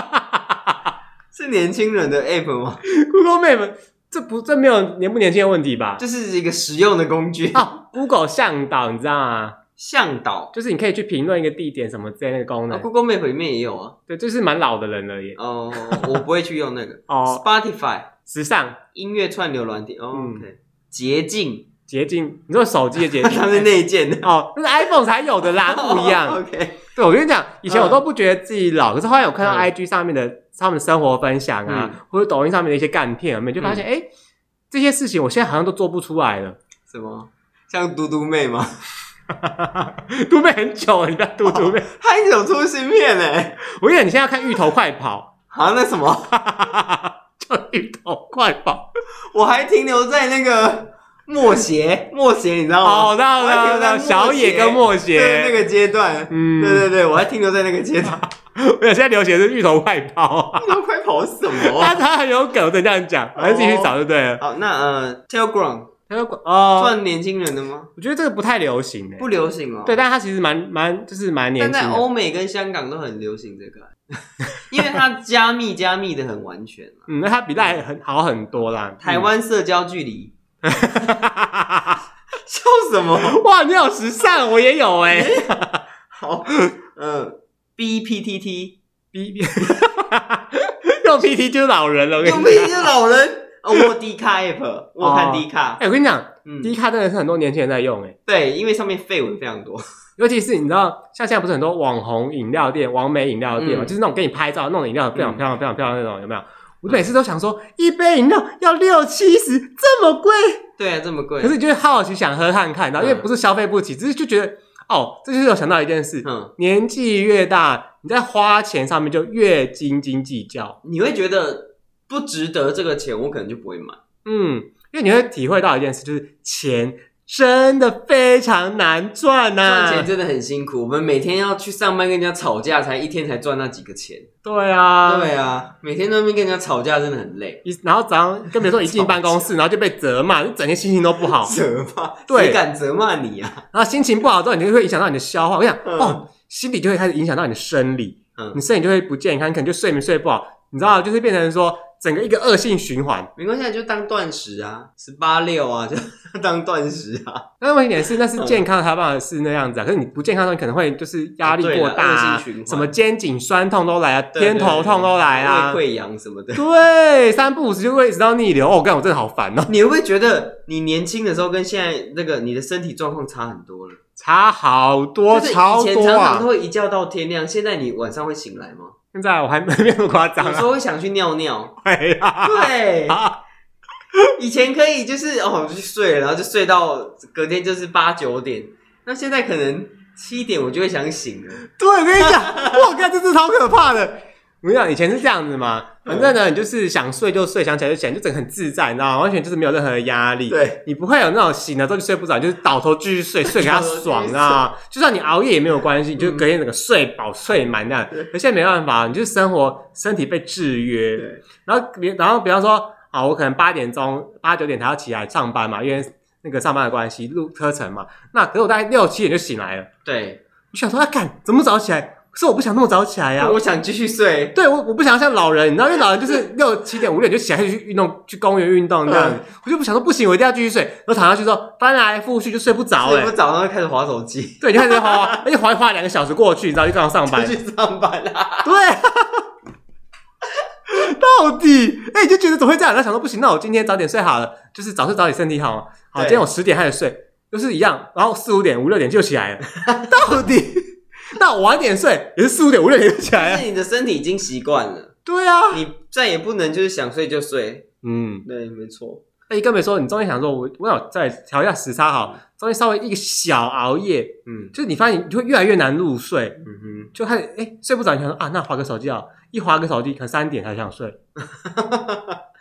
[SPEAKER 1] (laughs) 是年轻人的 App 吗？
[SPEAKER 2] Google Map 这不这没有年不年轻的问题吧？
[SPEAKER 1] 这是一个实用的工具，
[SPEAKER 2] 啊，Google 向导你知道吗？
[SPEAKER 1] 向导。
[SPEAKER 2] 就是你可以去评论一个地点什么之类的那个功
[SPEAKER 1] 啊
[SPEAKER 2] 能，
[SPEAKER 1] Google Map 里面也有啊。
[SPEAKER 2] 对，就是蛮老的人了耶。
[SPEAKER 1] 哦，我不会去用那个。
[SPEAKER 2] (laughs) 哦，
[SPEAKER 1] Spotify
[SPEAKER 2] 时尚
[SPEAKER 1] 音乐串流软体。哦
[SPEAKER 2] 嗯
[SPEAKER 1] OK，捷径，
[SPEAKER 2] 捷径，你说手机的捷径，
[SPEAKER 1] 它 (laughs) 是内建的。
[SPEAKER 2] 哦，那是 iPhone 才有的啦， (laughs) 不一样。
[SPEAKER 1] (laughs) OK，
[SPEAKER 2] 对，我跟你讲，以前
[SPEAKER 1] 嗯
[SPEAKER 2] 我都不觉得自己老，可是后来我看到
[SPEAKER 1] 嗯
[SPEAKER 2] IG 上面的他们的生活分享啊，或者抖音上面的一些干片，我们就发现，哎、这些事情我现在好像都做不出来了。 (laughs)
[SPEAKER 1] 什么？像嘟嘟妹吗？ (laughs)
[SPEAKER 2] 嘟妹很久了，你不要嘟嘟妹。
[SPEAKER 1] 她一直有出新片呢、
[SPEAKER 2] 我跟你讲，你现在要看《芋头快跑
[SPEAKER 1] 啊，那什么，》，
[SPEAKER 2] (laughs) 叫《芋头快跑
[SPEAKER 1] 我还停留在那个《默写，默写，你知道吗？
[SPEAKER 2] 哦，那那那小野跟默
[SPEAKER 1] 对那
[SPEAKER 2] (laughs) 写，
[SPEAKER 1] 个阶段，
[SPEAKER 2] 嗯
[SPEAKER 1] 对对对，我还停留在那个阶
[SPEAKER 2] (laughs)
[SPEAKER 1] 段，
[SPEAKER 2] 我想现在流行的是芋头快跑啊，
[SPEAKER 1] 你都快跑什么
[SPEAKER 2] 他
[SPEAKER 1] 啊？
[SPEAKER 2] (laughs) 他很有梗的这样讲，反正自己去找就对了。
[SPEAKER 1] 好，那呃，Telegram
[SPEAKER 2] 哦他说哦，
[SPEAKER 1] 算年轻人的吗？
[SPEAKER 2] 我觉得这个不太流行诶，
[SPEAKER 1] 不流行哦。
[SPEAKER 2] 对，，但他其实蛮蛮就是蛮年
[SPEAKER 1] 但
[SPEAKER 2] 轻
[SPEAKER 1] 在
[SPEAKER 2] 的，
[SPEAKER 1] 欧美跟香港都很流行这个，啊 (laughs) 因为它加密加密的很完全啊
[SPEAKER 2] 嗯，那他比赖很好很多啦。
[SPEAKER 1] 台湾社交距离，笑什么？
[SPEAKER 2] 嗯哇，你好时尚，我也有哎
[SPEAKER 1] (laughs) 好，嗯，BPTT
[SPEAKER 2] ，B (laughs) 用 PT 就是老人了，我跟
[SPEAKER 1] 用
[SPEAKER 2] 你
[SPEAKER 1] B
[SPEAKER 2] 讲。
[SPEAKER 1] 是老人。 (laughs) 哦，我 D 卡 app，我看 D 卡，
[SPEAKER 2] 哎，我跟你讲，D
[SPEAKER 1] 嗯，
[SPEAKER 2] 卡真的是很多年轻人在用哎。
[SPEAKER 1] 对，因为上面绯闻非常多， (laughs)
[SPEAKER 2] 尤其是你知道，像现在不是很多网红饮料店、网美饮料店嘛，
[SPEAKER 1] 嗯
[SPEAKER 2] 就是那种给你拍照、那种饮料非常
[SPEAKER 1] 嗯
[SPEAKER 2] 漂亮、非常漂亮那种，有没有？我每次都想说，一杯饮料要六七十，这么贵，
[SPEAKER 1] 对嗯啊，这么贵，
[SPEAKER 2] 可是你就是好奇想喝看看，然后因为不是消费不起，只是就觉得哦，这就是有想到一件事，
[SPEAKER 1] 嗯，
[SPEAKER 2] 年纪越大，你在花钱上面就越斤斤计较，
[SPEAKER 1] 你会觉得不值得这个钱，我可能就不会买。
[SPEAKER 2] 嗯，因为你会体会到一件事，就是钱真的非常难赚啊呐、
[SPEAKER 1] 赚钱真的很辛苦，我们每天要去上班跟人家吵架，才一天才赚那几个钱。
[SPEAKER 2] 对啊，
[SPEAKER 1] 对啊，每天在那边跟人家吵架真的很累。，
[SPEAKER 2] 一然后早上跟比如说一进办公室，然后就被责骂，你整天心情都不好
[SPEAKER 1] 责骂，
[SPEAKER 2] 对
[SPEAKER 1] 谁敢责骂你啊？
[SPEAKER 2] 然后心情不好之后，你就会影响到你的消化。我想，
[SPEAKER 1] 嗯
[SPEAKER 2] 哦，心理就会开始影响到你的生理，
[SPEAKER 1] 嗯
[SPEAKER 2] 你身体就会不健康，你可能就睡眠睡不好，你知道，就是变成说整个一个恶性循环。
[SPEAKER 1] 没关系啊，就当断食啊，十八六啊，就当断食啊。
[SPEAKER 2] 但问题点是，那是健康的才有办法是那样子啊，可是你不健康的时候，你可能会就是压力过
[SPEAKER 1] 对
[SPEAKER 2] 大、
[SPEAKER 1] 啦恶
[SPEAKER 2] 啊
[SPEAKER 1] 性循，环
[SPEAKER 2] 什么肩颈酸痛都来啊，
[SPEAKER 1] 对
[SPEAKER 2] 偏头痛都来啊，
[SPEAKER 1] 胃溃疡什么的。
[SPEAKER 2] 对，三不五时就会一直到逆流。哦，我干，我真的好烦哦，
[SPEAKER 1] 你会不会觉得你年轻的时候跟现在那个你的身体状况差很多了？
[SPEAKER 2] 差好多，
[SPEAKER 1] 就是
[SPEAKER 2] 超
[SPEAKER 1] 以前
[SPEAKER 2] 多
[SPEAKER 1] 常常
[SPEAKER 2] 啊
[SPEAKER 1] 都！会一觉到天亮，现在你晚上会醒来吗？
[SPEAKER 2] 现在我还没没那么夸张、
[SPEAKER 1] 有时
[SPEAKER 2] 啊，
[SPEAKER 1] 候会想去尿尿。
[SPEAKER 2] 对啊。
[SPEAKER 1] 对，
[SPEAKER 2] 啊，
[SPEAKER 1] 以前可以就是哦，我就去睡了，然后就睡到隔天就是八九点。那现在可能七点我就会想醒了。
[SPEAKER 2] 对，我跟你 (laughs) 讲，我靠，这是超可怕的。嗯我跟你讲，以前是这样子嘛，反正呢，你就是想睡就睡，想起来就起来，就整个很自在，你知道吗？完全就是没有任何的压力。，
[SPEAKER 1] 对，
[SPEAKER 2] 你不会有那种醒了之后就睡不着，你就是倒头继续睡，睡给他 (laughs) 爽啊！就算你熬夜也没有关系，你就隔天整个睡饱睡满那样。
[SPEAKER 1] 对
[SPEAKER 2] 而现在没办法，你就是生活身体被制约。
[SPEAKER 1] 对，
[SPEAKER 2] 然后别，然后比方说，啊，我可能八点钟、八九点才要起来上班嘛，因为那个上班的关系，路车程嘛。那可是我大概六七点就醒来了。
[SPEAKER 1] 对，
[SPEAKER 2] 我想说，啊，干，怎么早起来？可是我不想那么早起来呀、
[SPEAKER 1] 我想继续睡。
[SPEAKER 2] 对我，我不想像老人，你知道，因为老人就是
[SPEAKER 1] (laughs)
[SPEAKER 2] 六七点、五点就起来去运动，去公园运动这
[SPEAKER 1] 嗯
[SPEAKER 2] 样子。我就不想说，不行，我一定要继续睡。然后躺下去之后，翻来覆去就睡不着、
[SPEAKER 1] 睡
[SPEAKER 2] 欸，
[SPEAKER 1] 不
[SPEAKER 2] 哎，
[SPEAKER 1] 着，然后就开始划手机，
[SPEAKER 2] 对，你看这滑
[SPEAKER 1] (laughs)
[SPEAKER 2] 滑，而且滑一滑两个小时过去，你知道，就刚好上班
[SPEAKER 1] 就。去上班啦。
[SPEAKER 2] (laughs) 对， (laughs) 到底，哎、你就觉得怎么会这样？然后想说，不行，那我今天早点睡好了，就是早睡早起，身体好嘛。好，
[SPEAKER 1] 对
[SPEAKER 2] 今天我十点开始睡，又是一样，然后四五点、五六点就起来了。 (laughs) 到底，那我晚点睡也是四五点、五六点就起
[SPEAKER 1] 但 (laughs)
[SPEAKER 2] 来了。
[SPEAKER 1] 是你的身体已经习惯了，
[SPEAKER 2] 对啊，
[SPEAKER 1] 你再也不能就是想睡就睡。
[SPEAKER 2] 嗯，
[SPEAKER 1] 对，没错。
[SPEAKER 2] 而且更别说，你中间想说，我我想再调一下时差好，中间稍微一个小熬夜，
[SPEAKER 1] 嗯
[SPEAKER 2] 就是你发现你就会越来越难入睡，
[SPEAKER 1] 嗯
[SPEAKER 2] 就开始哎、睡不着，你想说啊，那划个手机啊，一划个手机可能三点才想睡，
[SPEAKER 1] 哼。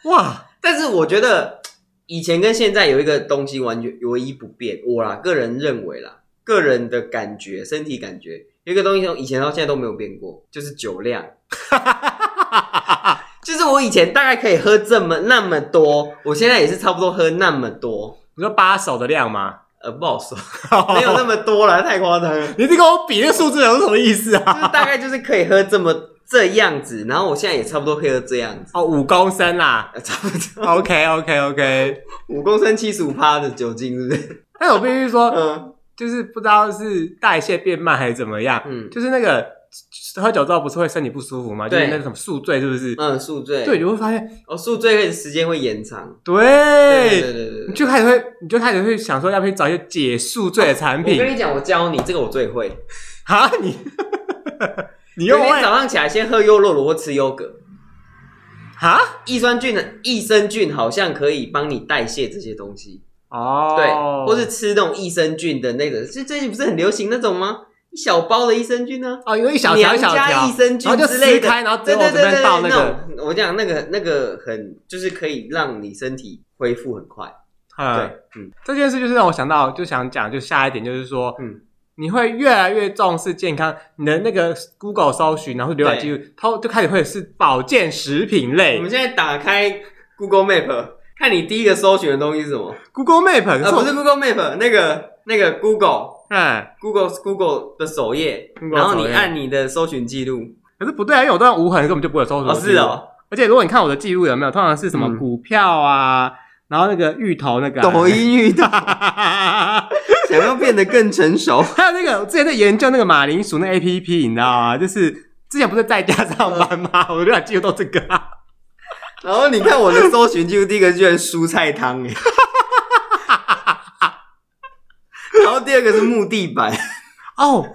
[SPEAKER 2] 哇，
[SPEAKER 1] 但是我觉得以前跟现在有一个东西完全唯一不变，我啦个人认为啦，个人的感觉、身体感觉有一个东西从以前到现在都没有变过，就是酒量。 (laughs) 就是我以前大概可以喝这么那么多，我现在也是差不多喝那么多，
[SPEAKER 2] 你说八手的量吗？
[SPEAKER 1] 呃，不好说， (laughs) 没有那么多啦，太夸张了。
[SPEAKER 2] 你这跟我比这数字有什么意思
[SPEAKER 1] 就是
[SPEAKER 2] 啊？
[SPEAKER 1] 大概就是可以喝这么这样子，然后我现在也差不多可以喝这样子， (laughs)
[SPEAKER 2] 哦，五公升啊啦。
[SPEAKER 1] 呃差不多
[SPEAKER 2] OK OK OK，
[SPEAKER 1] 五公升七十五趴的酒精，是不
[SPEAKER 2] (laughs)
[SPEAKER 1] 是？
[SPEAKER 2] 但我必须说，
[SPEAKER 1] 嗯
[SPEAKER 2] 就是不知道是代谢变慢还是怎么样，
[SPEAKER 1] 嗯
[SPEAKER 2] 就是那个喝酒之后不是会身体不舒服吗？就
[SPEAKER 1] 对
[SPEAKER 2] 是那个什么宿醉，是不是？
[SPEAKER 1] 嗯，宿醉
[SPEAKER 2] 对，你会发现，
[SPEAKER 1] 哦，宿醉的时间会延长。对对对
[SPEAKER 2] 对，
[SPEAKER 1] 对
[SPEAKER 2] 你
[SPEAKER 1] 对
[SPEAKER 2] 就开始会，你就开始会想说，要不要去找一些解宿醉的产
[SPEAKER 1] 哦我跟
[SPEAKER 2] 品
[SPEAKER 1] 你讲，我教你这个我最会。
[SPEAKER 2] 啊？你你
[SPEAKER 1] 有
[SPEAKER 2] 又
[SPEAKER 1] 一天
[SPEAKER 2] 会
[SPEAKER 1] 早上起来先喝优酪乳或吃优格，
[SPEAKER 2] 啊？
[SPEAKER 1] 益酸菌的益生菌好像可以帮你代谢这些东西，
[SPEAKER 2] 哦，
[SPEAKER 1] 对，或是吃那种益生菌的那个，就最近不是很流行那种吗？一小包的益生菌呢、
[SPEAKER 2] 哦，有一小条
[SPEAKER 1] 娘
[SPEAKER 2] 一小
[SPEAKER 1] 家
[SPEAKER 2] 条
[SPEAKER 1] 益，生
[SPEAKER 2] 然后
[SPEAKER 1] 菌
[SPEAKER 2] 就
[SPEAKER 1] 之类
[SPEAKER 2] 撕
[SPEAKER 1] 的，
[SPEAKER 2] 开，然后最
[SPEAKER 1] 对
[SPEAKER 2] 后
[SPEAKER 1] 对
[SPEAKER 2] 这
[SPEAKER 1] 对对
[SPEAKER 2] 边
[SPEAKER 1] 对，
[SPEAKER 2] 倒那个。
[SPEAKER 1] 种我讲那个那个很就是可以让你身体恢复很快，
[SPEAKER 2] 呃，
[SPEAKER 1] 对，嗯
[SPEAKER 2] 这件事就是让我想到，就想讲，就下一点就是说，
[SPEAKER 1] 嗯，
[SPEAKER 2] 你会越来越重视健康，你的那个 Google 搜寻，然后浏览记录，它就开始会是保健食品
[SPEAKER 1] 我
[SPEAKER 2] 类
[SPEAKER 1] 们现在打开 Google Map，看你第一个搜寻的东西是什么？
[SPEAKER 2] ，Google Map，可
[SPEAKER 1] 呃，
[SPEAKER 2] 是我
[SPEAKER 1] 不是 Google Map，那个那个 Google
[SPEAKER 2] 哎，
[SPEAKER 1] Google Google 的首页，
[SPEAKER 2] Google
[SPEAKER 1] 然后
[SPEAKER 2] 首
[SPEAKER 1] 你
[SPEAKER 2] 页
[SPEAKER 1] 按你的搜寻记录。
[SPEAKER 2] 可是不对啊，因为我都用无痕，根本就不会有搜索
[SPEAKER 1] 哦，
[SPEAKER 2] 记
[SPEAKER 1] 是
[SPEAKER 2] 录。
[SPEAKER 1] 哦，
[SPEAKER 2] 而且如果你看我的记录有没有，通常是什么
[SPEAKER 1] 嗯
[SPEAKER 2] 股票啊，然后那个芋头那个、啊，
[SPEAKER 1] 抖
[SPEAKER 2] (laughs)
[SPEAKER 1] 音遇到，
[SPEAKER 2] 还
[SPEAKER 1] (laughs) 想要变得更成熟。
[SPEAKER 2] 有那个我之前在研究那个马铃薯那 A P P，你知道吗？就是之前不是在家上班吗？ (laughs) 我浏览记录都这个、啊。
[SPEAKER 1] 然后你看我的搜寻记录，第一个居然蔬菜汤 (laughs) 哎，然后第二个是木地板，
[SPEAKER 2] 哦，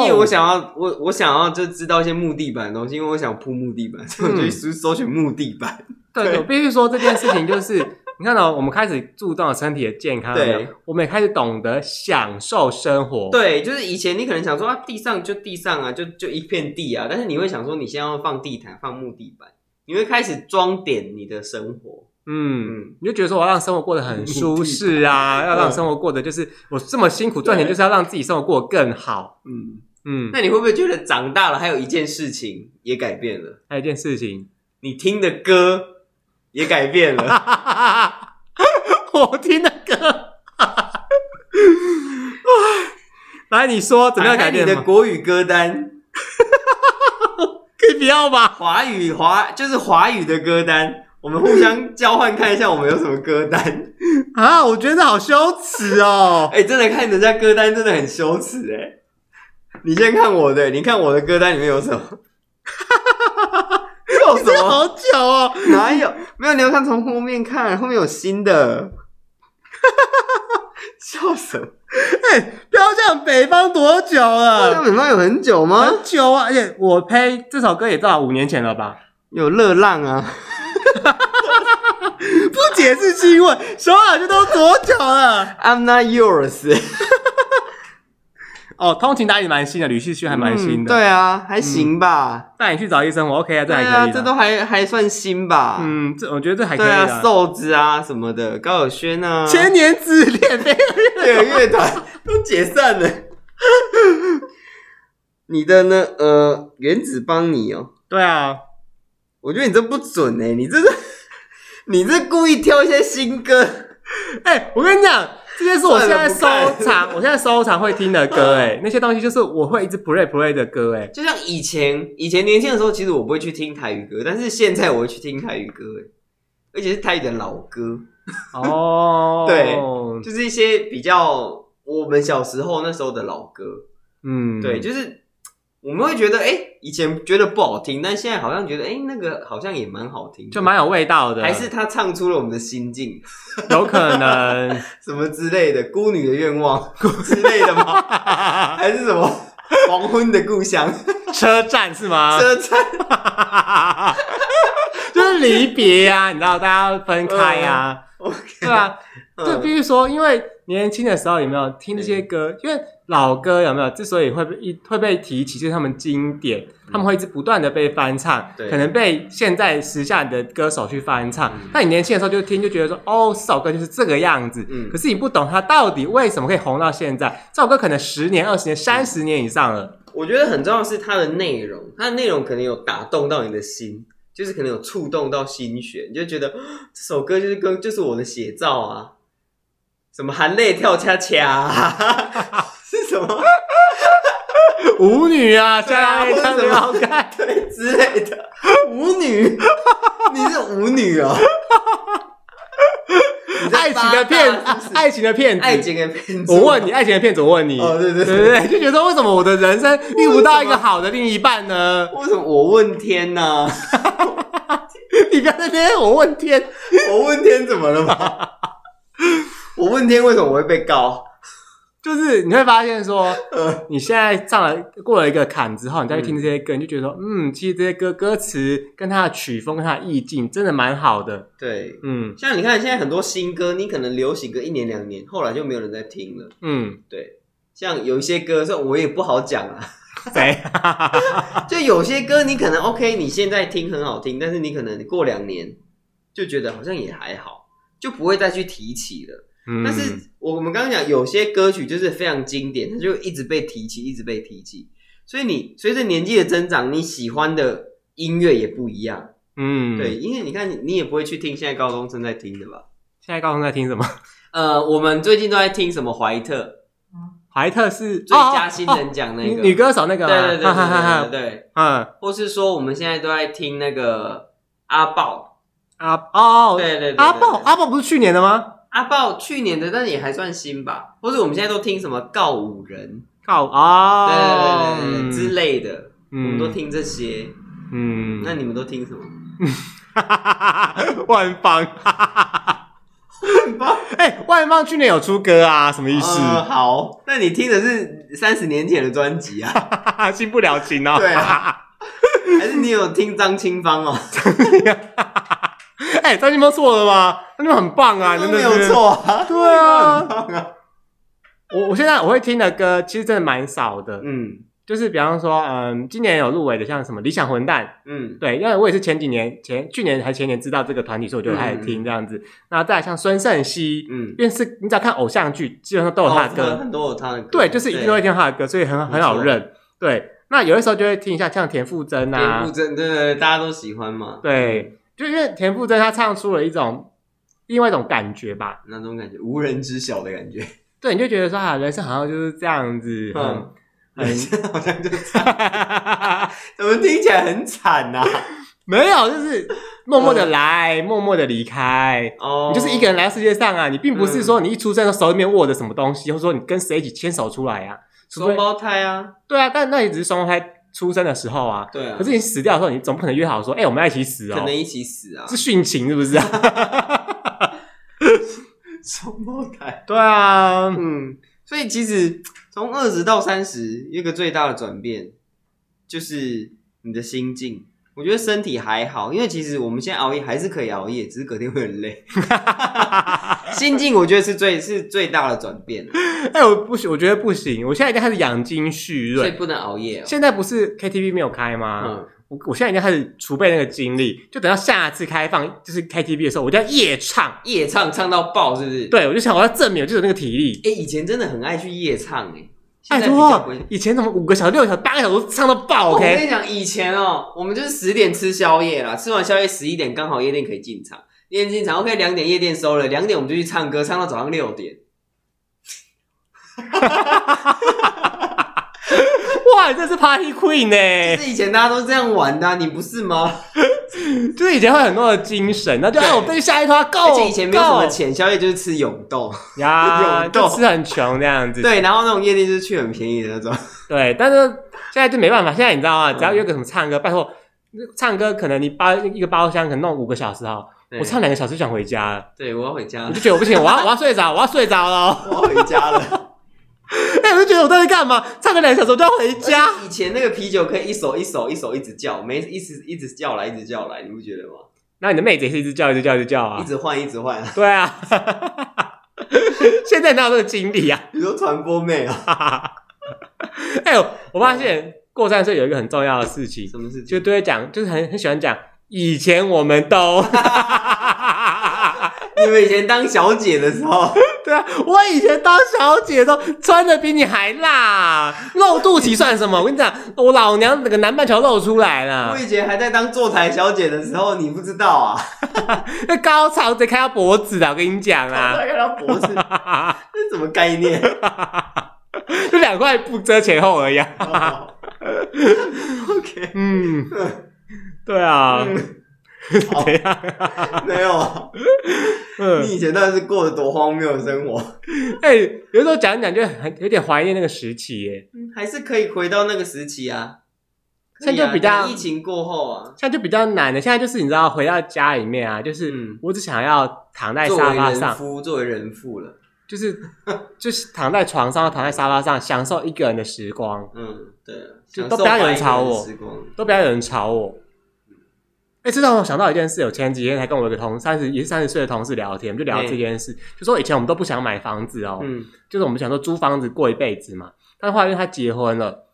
[SPEAKER 1] 因为我想要我我想要就知道一些木地板的东西，因为我想铺木地板，所以我就去搜搜寻木地板。
[SPEAKER 2] 对，
[SPEAKER 1] 对
[SPEAKER 2] 我必须说这件事情就是，你看到、哦我们开始注重了身体的健康，
[SPEAKER 1] 对
[SPEAKER 2] 有没有，我们也开始懂得享受生活，，
[SPEAKER 1] (laughs) 对，就是以前你可能想说啊，地上就地上啊，就就一片地啊，但是你会想说，你现在要放地毯，放木地板，你会开始装点你的生活。
[SPEAKER 2] 嗯。
[SPEAKER 1] 嗯，
[SPEAKER 2] 你就觉得说我要让生活过得很舒适啊，要让生活过得就是我这么辛苦赚钱，
[SPEAKER 1] 对
[SPEAKER 2] 就是要让自己生活过得更好。
[SPEAKER 1] 嗯，
[SPEAKER 2] 嗯，
[SPEAKER 1] 那你会不会觉得长大了，还有一件事情也改变了？
[SPEAKER 2] 还有一件事情， (laughs)
[SPEAKER 1] 你听的歌也改变了。
[SPEAKER 2] 我听的歌，来你说怎么样改变
[SPEAKER 1] 打哎开你
[SPEAKER 2] 吗
[SPEAKER 1] 的国语歌单，
[SPEAKER 2] 可以不要吧？
[SPEAKER 1] 华语华就是华语的歌单，我们互相交换看一下我们有什么歌单。
[SPEAKER 2] 啊，我觉得好羞耻哦。
[SPEAKER 1] (laughs) 哎、真的看人家歌单真的很羞耻哎、你先看我的，你看我的歌单里面有什么？ (laughs) 有什么？
[SPEAKER 2] 好久哦，
[SPEAKER 1] 哪有？没有，你要看从后面看，后面有新的。 (laughs) 笑什么？
[SPEAKER 2] 哎、不要这样，北方多久
[SPEAKER 1] 那
[SPEAKER 2] 了？
[SPEAKER 1] 美漫有很久吗？
[SPEAKER 2] 很久啊！而且我呸，这首歌也至少五年前了吧？
[SPEAKER 1] 有热浪啊。
[SPEAKER 2] 不解释新闻，首尔就都多久了？
[SPEAKER 1] I'm not yours，
[SPEAKER 2] 哦，通勤打理蛮新的，吕旭旭还蛮新
[SPEAKER 1] 嗯
[SPEAKER 2] 的。
[SPEAKER 1] 对啊，还行吧。
[SPEAKER 2] 带你去找医生，我 OK 啊，这
[SPEAKER 1] 对
[SPEAKER 2] 还
[SPEAKER 1] 啊，
[SPEAKER 2] 可以啦。
[SPEAKER 1] 这都还还算新吧。
[SPEAKER 2] 嗯，这我觉得这还可以嗯
[SPEAKER 1] 对
[SPEAKER 2] 啦
[SPEAKER 1] 啊，瘦子啊什么的，高晓轩啊，
[SPEAKER 2] 千年之恋，没有
[SPEAKER 1] 这个乐团 (laughs) 都解散了。 (laughs) 你的呢？呃，原子帮你哦，
[SPEAKER 2] 对啊，
[SPEAKER 1] 我觉得你这不准哎、你这是 (laughs) 你这故意挑一些新歌。
[SPEAKER 2] 哎、我跟你讲，这些是我现在收
[SPEAKER 1] 算了不看
[SPEAKER 2] 藏，我现在收藏会听的歌，
[SPEAKER 1] (laughs)
[SPEAKER 2] 哎，那些东西就是我会一直 play play 的歌，哎，
[SPEAKER 1] 就像以前以前年轻的时候，其实我不会去听台语歌，但是现在我会去听台语歌、欸，而且是台语的老歌，
[SPEAKER 2] 哦，
[SPEAKER 1] 对就是一些比较我们小时候那时候的老歌。
[SPEAKER 2] 嗯，
[SPEAKER 1] 对，就是我们会觉得，哎、以前觉得不好听，但现在好像觉得，哎、那个好像也蛮好听的，
[SPEAKER 2] 就蛮有味道的，啊
[SPEAKER 1] 还是他唱出了我们的心境，
[SPEAKER 2] 有可能。
[SPEAKER 1] 什么之类的，孤女的愿望之类的吗？ (laughs) 还是什么黄昏的故乡、
[SPEAKER 2] 车站
[SPEAKER 1] (laughs)
[SPEAKER 2] 是吗？
[SPEAKER 1] 车站？
[SPEAKER 2] 就是离别呀，你知道大家要分开呀、对啊，
[SPEAKER 1] (laughs) 嗯
[SPEAKER 2] 就必须说，因为年轻的时候有没有听这些歌？因为老歌有没有之所以会被一会被提起，就是他们经典，他们会一直不断的被翻唱，
[SPEAKER 1] 嗯对
[SPEAKER 2] 可能被现在时下的歌手去翻唱
[SPEAKER 1] 嗯。
[SPEAKER 2] 那、你年轻的时候就听，就觉得说，哦，这首歌就是这个样子。
[SPEAKER 1] 嗯
[SPEAKER 2] 可是你不懂它到底为什么可以红到现在，这首歌可能十年、二十年、三十年以上了。
[SPEAKER 1] 我觉得很重要的是它的内容，它的内容可能有打动到你的心。就是可能有触动到心弦，你就觉得啊这首歌就是跟就是我的写照啊，什么含泪跳恰恰、啊， (laughs) 是什么？
[SPEAKER 2] 舞女啊，
[SPEAKER 1] 对
[SPEAKER 2] 加
[SPEAKER 1] 啊
[SPEAKER 2] 拉一张好看。
[SPEAKER 1] 对之类的，舞女，你是舞女 (laughs) 哦，你在
[SPEAKER 2] 爱情的骗
[SPEAKER 1] 八大是不，是
[SPEAKER 2] 爱情的骗
[SPEAKER 1] 爱
[SPEAKER 2] 子。
[SPEAKER 1] 情的骗子，
[SPEAKER 2] 我问你，爱情的骗子，我问你，
[SPEAKER 1] 哦对对
[SPEAKER 2] 对
[SPEAKER 1] 对
[SPEAKER 2] 对，就觉得为什么我的人生遇不到一个好的另一半呢？
[SPEAKER 1] 为什么我问天呢、
[SPEAKER 2] 你不要在那边我问天，
[SPEAKER 1] 我问天怎么了吗？我问天为什么我会被告？
[SPEAKER 2] 就是你会发现说，
[SPEAKER 1] 呃，
[SPEAKER 2] 你现在上了过了一个坎之后，你再去听这些歌，你就觉得说，嗯，其实这些歌歌词跟它的曲风、跟它的意境真的蛮好的，
[SPEAKER 1] 对，
[SPEAKER 2] 嗯
[SPEAKER 1] 像你看现在很多新歌，你可能流行个一年两年，后来就没有人在听了。
[SPEAKER 2] 嗯，
[SPEAKER 1] (laughs) 对，像有一些歌，这我也不好讲啊。
[SPEAKER 2] 谁？
[SPEAKER 1] 就有些歌你可能 OK，你现在听很好听，但是你可能过两年就觉得好像也还好，就不会再去提起了。
[SPEAKER 2] 嗯
[SPEAKER 1] 但是我们刚刚讲，有些歌曲就是非常经典，它就一直被提起，一直被提起。所以你随着年纪的增长，你喜欢的音乐也不一样。
[SPEAKER 2] 嗯，
[SPEAKER 1] 对，，因为你看你，你也不会去听现在高中生在听的吧？
[SPEAKER 2] 现在高中在听什么？
[SPEAKER 1] 呃，我们最近都在听什么怀特
[SPEAKER 2] 怀特是哦
[SPEAKER 1] 最佳新
[SPEAKER 2] 新
[SPEAKER 1] 人奖那
[SPEAKER 2] 哦女
[SPEAKER 1] 个、
[SPEAKER 2] 女歌手那啊个
[SPEAKER 1] 对，
[SPEAKER 2] 吗，
[SPEAKER 1] 对对对对
[SPEAKER 2] 哈哈哈
[SPEAKER 1] 对对
[SPEAKER 2] 哈
[SPEAKER 1] 对，
[SPEAKER 2] (laughs) 嗯
[SPEAKER 1] 或是说我们现在都在听那个阿豹，
[SPEAKER 2] 阿哦，
[SPEAKER 1] 对对对对
[SPEAKER 2] 阿豹
[SPEAKER 1] 对
[SPEAKER 2] 阿豹不是去年的吗？
[SPEAKER 1] 阿豹去年的，但也还算新吧。或者我们现在都听什么告五人，
[SPEAKER 2] 告啊，
[SPEAKER 1] 对对对对对
[SPEAKER 2] 嗯
[SPEAKER 1] 之类的，我
[SPEAKER 2] 嗯
[SPEAKER 1] 们都听这些。
[SPEAKER 2] 嗯，
[SPEAKER 1] 那你们都听什么？
[SPEAKER 2] (laughs) 万芳， (laughs) 哎、万芳去年有出歌啊，什么意思？ (laughs)
[SPEAKER 1] 呃好，那你听的是三十年前的专辑
[SPEAKER 2] (laughs)
[SPEAKER 1] 啊？
[SPEAKER 2] 新不了情哦。
[SPEAKER 1] 对啊，还是你有听张清芳哦？
[SPEAKER 2] (laughs) 哎、张清芳错了吗？张清芳很棒啊，
[SPEAKER 1] (laughs) 都
[SPEAKER 2] 真的
[SPEAKER 1] 没
[SPEAKER 2] 是
[SPEAKER 1] 有。错啊。
[SPEAKER 2] (laughs) 对啊
[SPEAKER 1] (laughs) 很，棒啊
[SPEAKER 2] 我我现在我会听的歌其实真的蛮少的，
[SPEAKER 1] 嗯
[SPEAKER 2] 就是比方说，嗯，今年有入围的，像什么《理想混蛋》，
[SPEAKER 1] 嗯
[SPEAKER 2] 对，因为我也是前几年前去年还前年知道这个团体，所以我就开始听这样子。那、再来像孙盛熙，
[SPEAKER 1] 嗯，
[SPEAKER 2] 因为是你只要看偶像剧，基本上都有他的歌。
[SPEAKER 1] 哦很多有他的歌，
[SPEAKER 2] 对，就是一定都会听他的歌，所以很
[SPEAKER 1] 错
[SPEAKER 2] 很好认。对，那有的时候就会听一下像田馥甄
[SPEAKER 1] 田
[SPEAKER 2] 啊
[SPEAKER 1] 馥，甄，对对对，大家都喜欢嘛。
[SPEAKER 2] 对，就因为田馥甄她唱出了一种另外一种感觉吧。
[SPEAKER 1] 那种感觉，无人知晓的感觉。
[SPEAKER 2] 对，你就觉得说啊，人生好像就是这样子，嗯，
[SPEAKER 1] 嗯，
[SPEAKER 2] 很 (laughs)
[SPEAKER 1] 人生 (laughs) 好像就这样， (laughs) 怎么听起来很惨啊呐、
[SPEAKER 2] 没有，就是默默的来，默默的离开。
[SPEAKER 1] 哦，嗯
[SPEAKER 2] 你就是一个人来到世界上啊，你并不是说你一出生的手里面握着什么东西，或者说你跟谁一起牵手出来啊，除
[SPEAKER 1] 双
[SPEAKER 2] 非
[SPEAKER 1] 胞胎啊，
[SPEAKER 2] 对啊，但那也只是双胞胎出生的时候啊。
[SPEAKER 1] 对啊，
[SPEAKER 2] 可是你死掉的时候，你总不可能约好说，哎、我们要一起死哦，
[SPEAKER 1] 可能一起死啊，
[SPEAKER 2] 是殉情是不是啊？
[SPEAKER 1] (laughs) 双胞胎。
[SPEAKER 2] 对啊，
[SPEAKER 1] 嗯，所以其实从二十到三十，一个最大的转变就是你的心境。我觉得身体还好，因为其实我们现在熬夜还是可以熬夜，只是隔天会很
[SPEAKER 2] (laughs)
[SPEAKER 1] 累。心境我觉得是最是最大的转变，啊
[SPEAKER 2] 哎、我不行，我觉得不行，我现在已经开始养精蓄
[SPEAKER 1] 所以
[SPEAKER 2] 锐。
[SPEAKER 1] 不能熬夜、哦。
[SPEAKER 2] 现在不是 KTV 没有开吗？
[SPEAKER 1] 嗯，
[SPEAKER 2] 我我现在已经开始储备那个精力，就等到下次开放就是 KTV 的时候，我就要夜唱。
[SPEAKER 1] 夜唱唱到爆，是不是？
[SPEAKER 2] 对，我就想我要证明我就是有那个体力。
[SPEAKER 1] 哎、以前真的很爱去夜唱哎、现
[SPEAKER 2] 拜
[SPEAKER 1] 在比较不
[SPEAKER 2] 托
[SPEAKER 1] 会。，
[SPEAKER 2] 以前怎么五个小时、六个小时、八个小时都唱到爆
[SPEAKER 1] 哦我跟
[SPEAKER 2] ？OK，
[SPEAKER 1] 你讲，以前哦、我们就是十点吃宵夜啦，吃完宵夜十一点刚好夜店可以进场，夜店进场 OK，两点夜店收了，两点我们就去唱歌，唱到早上六点。
[SPEAKER 2] 哇，你这是 Party Queen 呢、
[SPEAKER 1] 就是以前大家都这样玩的啊、你不是吗？
[SPEAKER 2] 就是以前会有很多的精神，那就
[SPEAKER 1] 对
[SPEAKER 2] 哎，我对下一趴 go，
[SPEAKER 1] 而且以前没有什么
[SPEAKER 2] go
[SPEAKER 1] 钱，宵夜就是吃永豆，
[SPEAKER 2] (laughs) 呀，
[SPEAKER 1] 有动
[SPEAKER 2] 就吃很穷这样子。
[SPEAKER 1] 对，然后那种夜店就是去很便宜的那种，
[SPEAKER 2] 对，但是现在就没办法，现在你知道吗？只要约个什么唱歌，拜托，那唱歌可能你包一个包厢，可能弄五个小时哈，
[SPEAKER 1] 对
[SPEAKER 2] 我唱，两个小时就想回家了，
[SPEAKER 1] 对我要回家
[SPEAKER 2] 我
[SPEAKER 1] 了
[SPEAKER 2] 就，觉得我不行， (laughs) 我要我要睡着，我要睡着了。
[SPEAKER 1] (laughs)
[SPEAKER 2] (laughs)
[SPEAKER 1] 我要回家 (laughs) 了。
[SPEAKER 2] 哎、我就觉得我到底干嘛？唱个两个小时我就要回家。
[SPEAKER 1] 以前那个啤酒可以一手一手一手一直叫，没一直一直叫来，一直叫来，你不觉得吗？
[SPEAKER 2] 那你的妹子也是一直叫，一直叫，一直叫
[SPEAKER 1] 一
[SPEAKER 2] 啊。
[SPEAKER 1] 直换，一直换。
[SPEAKER 2] 对啊， (laughs) 现在哪有这个精力啊？
[SPEAKER 1] 你说传播妹啊？
[SPEAKER 2] 哎、呦，我发现过三十岁有一个很重要的事情，
[SPEAKER 1] 什么事
[SPEAKER 2] 就
[SPEAKER 1] 情？
[SPEAKER 2] 都会讲，就是很很喜欢讲，以前我们都。 (laughs)
[SPEAKER 1] 你们以前当小姐的时候，
[SPEAKER 2] 对啊，我以前当小姐都穿的比你还辣，露肚脐算什么？我跟你讲，我老娘整个南半球露出来
[SPEAKER 1] 我
[SPEAKER 2] 了，
[SPEAKER 1] 以前还在当坐台小姐的时候，你不知道啊？
[SPEAKER 2] 那高潮直接开到脖子啊！我跟你讲
[SPEAKER 1] (laughs) 我
[SPEAKER 2] 啊， (laughs)
[SPEAKER 1] 看到脖子，这什么概念？ (laughs)
[SPEAKER 2] 就两块布遮前后而已、啊。
[SPEAKER 1] 哦 OK， (laughs)
[SPEAKER 2] 嗯，对啊，
[SPEAKER 1] 嗯，
[SPEAKER 2] (laughs) 怎样？
[SPEAKER 1] 没有啊。
[SPEAKER 2] 嗯，
[SPEAKER 1] 你以前到底是过得多荒谬的生活？
[SPEAKER 2] (laughs) 哎、有时候讲一讲就很有点怀念那个时期耶，
[SPEAKER 1] 还是可以回到那个时期啊？可以啊
[SPEAKER 2] 现在就比较
[SPEAKER 1] 等疫情过后啊，
[SPEAKER 2] 现在就比较难了。现在就是你知道，回到家里面啊，就是
[SPEAKER 1] 嗯
[SPEAKER 2] 我只想要躺在
[SPEAKER 1] 作
[SPEAKER 2] 沙
[SPEAKER 1] 为
[SPEAKER 2] 发
[SPEAKER 1] 人
[SPEAKER 2] 上，
[SPEAKER 1] 夫，作为人父了，
[SPEAKER 2] 就是就是躺在床上，躺在沙发上，享受一个人的时光，
[SPEAKER 1] 嗯，对啊，
[SPEAKER 2] 就
[SPEAKER 1] 享
[SPEAKER 2] 都
[SPEAKER 1] 受
[SPEAKER 2] 不要有人
[SPEAKER 1] 白
[SPEAKER 2] 吵
[SPEAKER 1] 人的
[SPEAKER 2] 我
[SPEAKER 1] 时光
[SPEAKER 2] 都不要有人吵我。哎、这让我想到一件事，我前几天才跟我一个同三十也是三十岁的同事聊天，我们就聊这件事，就说以前我们都不想买房子哦，
[SPEAKER 1] 嗯
[SPEAKER 2] 就是我们想说租房子过一辈子嘛。但是后来因为他结婚了，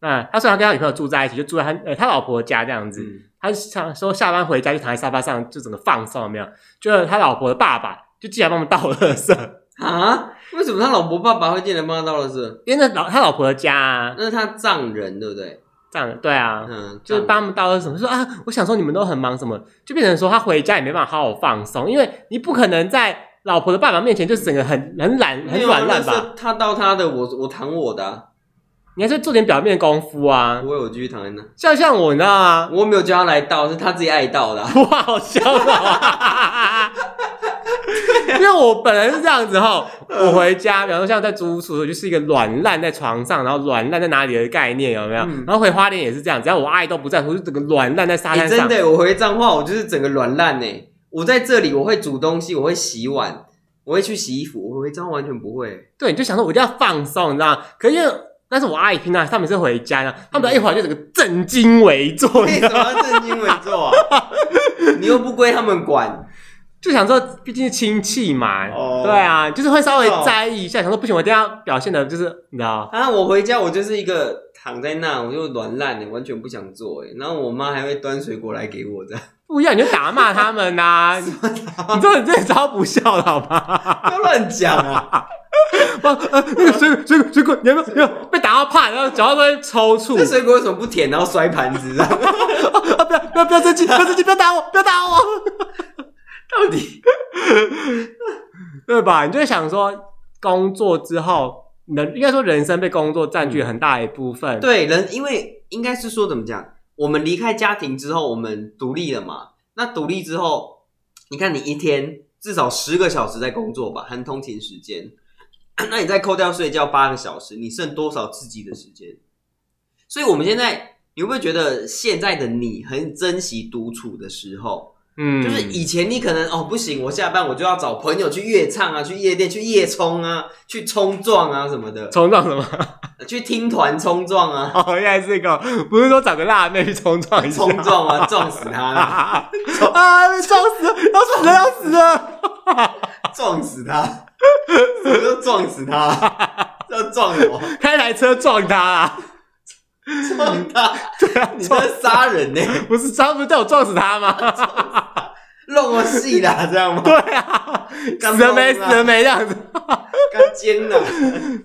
[SPEAKER 2] 那他虽然跟他女朋友住在一起，就住在他呃他老婆家这样子，
[SPEAKER 1] 嗯，
[SPEAKER 2] 他想说下班回家就躺在沙发上就整个放松，有没有？就是他老婆的爸爸就进来帮我们倒垃圾，
[SPEAKER 1] 啊？为什么他老婆爸爸会进来帮他倒垃圾？
[SPEAKER 2] 因为那老他老婆的家啊，
[SPEAKER 1] 那是他丈人对不对？
[SPEAKER 2] 这样的对啊，
[SPEAKER 1] 嗯，
[SPEAKER 2] 就是
[SPEAKER 1] 丈
[SPEAKER 2] 帮他们倒垃圾什么，就说啊，我想说你们都很忙什么，就变成说他回家也没办法好好放松，因为你不可能在老婆的爸爸面前就整个很很懒
[SPEAKER 1] 人
[SPEAKER 2] 很
[SPEAKER 1] 没有啊
[SPEAKER 2] 软烂吧
[SPEAKER 1] 那？是他倒他的，我我躺我的、啊，
[SPEAKER 2] 你还是做点表面功夫啊，
[SPEAKER 1] 我有继续躺在那，
[SPEAKER 2] 像像我，你知啊道吗？
[SPEAKER 1] 我没有叫他来倒，是他自己爱倒
[SPEAKER 2] (laughs)
[SPEAKER 1] 的啊、
[SPEAKER 2] 我好笑啊！因为我本来是这样子哈，
[SPEAKER 1] 嗯
[SPEAKER 2] 我回家，比方说像在租屋处，我就是一个软烂在床上，然后软烂在哪里的概念有没有？
[SPEAKER 1] 嗯
[SPEAKER 2] 然后回花莲也是这样，只要我爱都不在乎，我就整个软烂在沙
[SPEAKER 1] 哎、
[SPEAKER 2] 滩上。
[SPEAKER 1] 真的耶，我回彰化，我就是整个软烂呢。我在这里，我会煮东西，我会洗碗，我会去洗衣服，我回彰化完全不会。
[SPEAKER 2] 对，你就想说我一定要放松，你知道吗？可是因为但是我阿姨平常他们是回家
[SPEAKER 1] 嗯
[SPEAKER 2] 呢，他们一会儿就整个震惊为坐，你
[SPEAKER 1] 为
[SPEAKER 2] 知
[SPEAKER 1] 什
[SPEAKER 2] 道吗
[SPEAKER 1] 么要正襟危坐啊？ (laughs) 你又不归他们管，
[SPEAKER 2] 就想说毕竟是亲戚嘛，
[SPEAKER 1] 哦
[SPEAKER 2] 对啊，就是会稍微
[SPEAKER 1] 是哦
[SPEAKER 2] 在意一下，想说不行，我一定要表现的就是你知道。
[SPEAKER 1] 啊，我回家我就是一个躺在那，我就软烂的，完全不想做哎。然后我妈还会端水果来给我的，
[SPEAKER 2] 不要你就打骂他们呐、你你知道你真的超不孝的好吗？
[SPEAKER 1] 不要乱讲啊！
[SPEAKER 2] (laughs) 不呃，那个水果水果水果，你要不要你要不要被打到怕，然后脚都会抽搐
[SPEAKER 1] 这。水果为什么不舔，然后摔盘子啊？
[SPEAKER 2] 啊！不要不要不要 (laughs) 生气，不要生气，不要打我，不要打我，
[SPEAKER 1] 到底
[SPEAKER 2] (laughs) 对吧？你就会想说，工作之后，人应该说人生被工作占据很大一部分。
[SPEAKER 1] 对人，因为应该是说怎么讲，我们离开家庭之后，我们独立了嘛。那独立之后，你看你一天至少十个小时在工作吧，含通勤时间。 (coughs) 那你再扣掉睡觉八个小时，你剩多少自己的时间？所以我们现在，你会不会觉得现在的你很珍惜独处的时候？
[SPEAKER 2] 嗯，
[SPEAKER 1] 就是以前你可能哦不行，我下班我就要找朋友去夜唱啊，去夜店，去夜冲啊，去冲撞啊什么的，
[SPEAKER 2] 冲撞什么？
[SPEAKER 1] 去听团冲撞啊，
[SPEAKER 2] (laughs) 哦，原来是一个，不是说找个辣妹去冲撞一下，
[SPEAKER 1] 冲
[SPEAKER 2] (laughs)
[SPEAKER 1] 撞啊，撞死他啦，
[SPEAKER 2] 啊！被撞死了，要死了，要死了！
[SPEAKER 1] 撞死他，我就撞死他，要撞我，
[SPEAKER 2] 开台车撞他啊！
[SPEAKER 1] 撞他，你这是杀人呢、
[SPEAKER 2] 不是他不是叫我撞死
[SPEAKER 1] (laughs)
[SPEAKER 2] 他吗？
[SPEAKER 1] 弄我戏啦，这样吗？
[SPEAKER 2] 对啊，
[SPEAKER 1] 干
[SPEAKER 2] 死了没？死
[SPEAKER 1] 嘛
[SPEAKER 2] 了没？这样子，
[SPEAKER 1] 干啊尖了，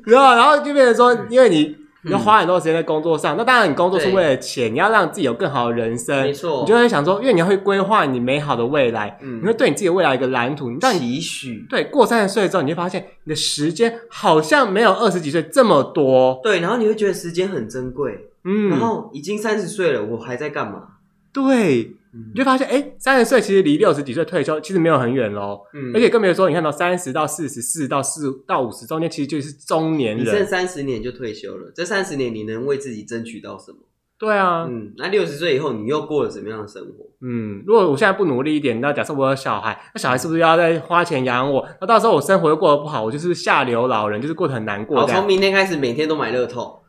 [SPEAKER 2] 然后然后就变成说，因为你你要花很多时间在工作上，那当然你工作是为了钱，你要让自己有更好的人生
[SPEAKER 1] 嗯没，错，
[SPEAKER 2] 你就会想说，因为你要会规划你美好的未来，
[SPEAKER 1] 嗯
[SPEAKER 2] 你会对你自己的未来有一个蓝图，你让你。
[SPEAKER 1] 期许。
[SPEAKER 2] 对，过三十岁之后，你会发现你的时间好像没有二十几岁这么多。
[SPEAKER 1] 对，然后你会觉得时间很珍贵，然
[SPEAKER 2] 嗯，
[SPEAKER 1] 后已经三十岁了，我还在干嘛？
[SPEAKER 2] 对，
[SPEAKER 1] 嗯
[SPEAKER 2] 你就发现，哎，三十岁其实离六十几岁退休其实没有很远喽。
[SPEAKER 1] 嗯
[SPEAKER 2] 而且更别说，你看到三十到四十、四十到四到五十中间，其实就是中年
[SPEAKER 1] 你剩
[SPEAKER 2] 人。
[SPEAKER 1] 三十年就退休了，这三十年你能为自己争取到什么？
[SPEAKER 2] 对啊，
[SPEAKER 1] 嗯，那六十岁以后你又过了什么样的生活？
[SPEAKER 2] 嗯，如果我现在不努力一点，那假设我有小孩，那小孩是不是要再花钱养我？那到时候我生活又过得不好，我就是下流老人，就是过得很难过
[SPEAKER 1] 好，
[SPEAKER 2] 这
[SPEAKER 1] 从
[SPEAKER 2] 样。
[SPEAKER 1] 明天开始每天都买乐透。
[SPEAKER 2] (laughs)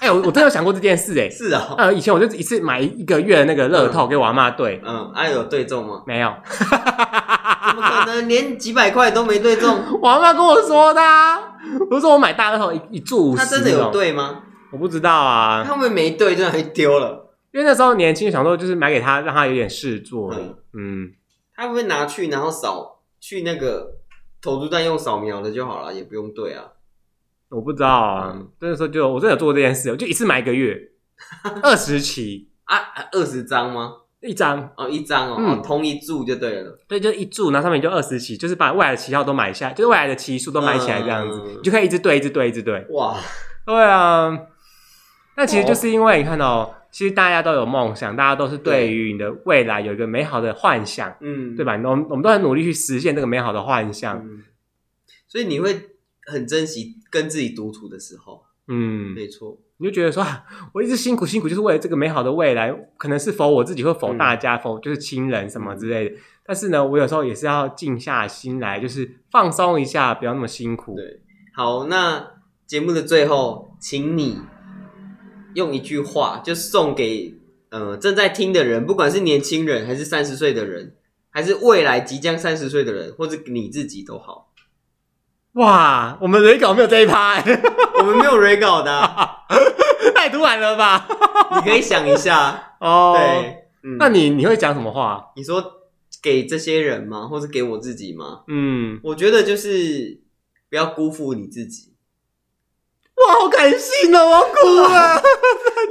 [SPEAKER 2] 哎、我我真的有想过这件事哎、
[SPEAKER 1] 是啊，
[SPEAKER 2] 呃，以前我就一次买一个月的那个乐透给我阿妈对，
[SPEAKER 1] 嗯，啊有对中吗？
[SPEAKER 2] 没有，
[SPEAKER 1] 怎么可能连几百块都没对
[SPEAKER 2] (laughs)
[SPEAKER 1] 中？
[SPEAKER 2] 我阿妈跟我说的、啊，我说我买大乐透一一注五十，
[SPEAKER 1] 他真的有，对吗？
[SPEAKER 2] 我不知道啊，
[SPEAKER 1] 他们没对，就还丢了。
[SPEAKER 2] 因为那时候年轻，想说就是买给他，让他有点事做而已，嗯
[SPEAKER 1] 他会不会拿去然后扫去那个投注站用扫描的就好了，也不用对啊。
[SPEAKER 2] 我不知道啊
[SPEAKER 1] 嗯，
[SPEAKER 2] 那时候就我真的有做过这件事，我就一次买一个月，二十期
[SPEAKER 1] 啊，二十张吗？
[SPEAKER 2] 一张，
[SPEAKER 1] 哦，一张哦，
[SPEAKER 2] 嗯
[SPEAKER 1] 哦同一注就对了。
[SPEAKER 2] 对，就一注，然后上面就二十期，就是把未来的期号都买下，就是未来的期数都买起来这样子，
[SPEAKER 1] 嗯
[SPEAKER 2] 你就可以一直对，一直对，一直对。
[SPEAKER 1] 哇，
[SPEAKER 2] 对啊，那其实就是因为你看哦，其实大家都有梦想，大家都是对于你的未来有一个美好的幻想，
[SPEAKER 1] 嗯，
[SPEAKER 2] 对？吧？我们我们都很努力去实现这个美好的幻想，
[SPEAKER 1] 嗯，所以你会很珍惜跟自己独处的时候，
[SPEAKER 2] 嗯，
[SPEAKER 1] 没错。
[SPEAKER 2] 你就觉得说，啊我一直辛苦辛苦，就是为了这个美好的未来，可能是否我自己，或否大家，否、就是亲人什么之类的。但是呢，我有时候也是要静下心来，就是放松一下，不要那么辛苦。
[SPEAKER 1] 对好，那节目的最后，请你用一句话，就送给呃正在听的人，不管是年轻人，还是三十岁的人，还是未来即将三十岁的人，或者你自己都好。
[SPEAKER 2] 哇，我们雷稿没有这一趴、欸，
[SPEAKER 1] 我们没有 re 稿的啊、
[SPEAKER 2] 太突然了 (laughs) 吧？
[SPEAKER 1] 你可以想一下。
[SPEAKER 2] 哦，
[SPEAKER 1] 对，嗯，
[SPEAKER 2] 那你你会讲什么话？
[SPEAKER 1] 你说给这些人吗？或者给我自己吗？
[SPEAKER 2] 嗯，
[SPEAKER 1] 我觉得就是不要辜负你自己。
[SPEAKER 2] 哇，好感性哦，我要哭了。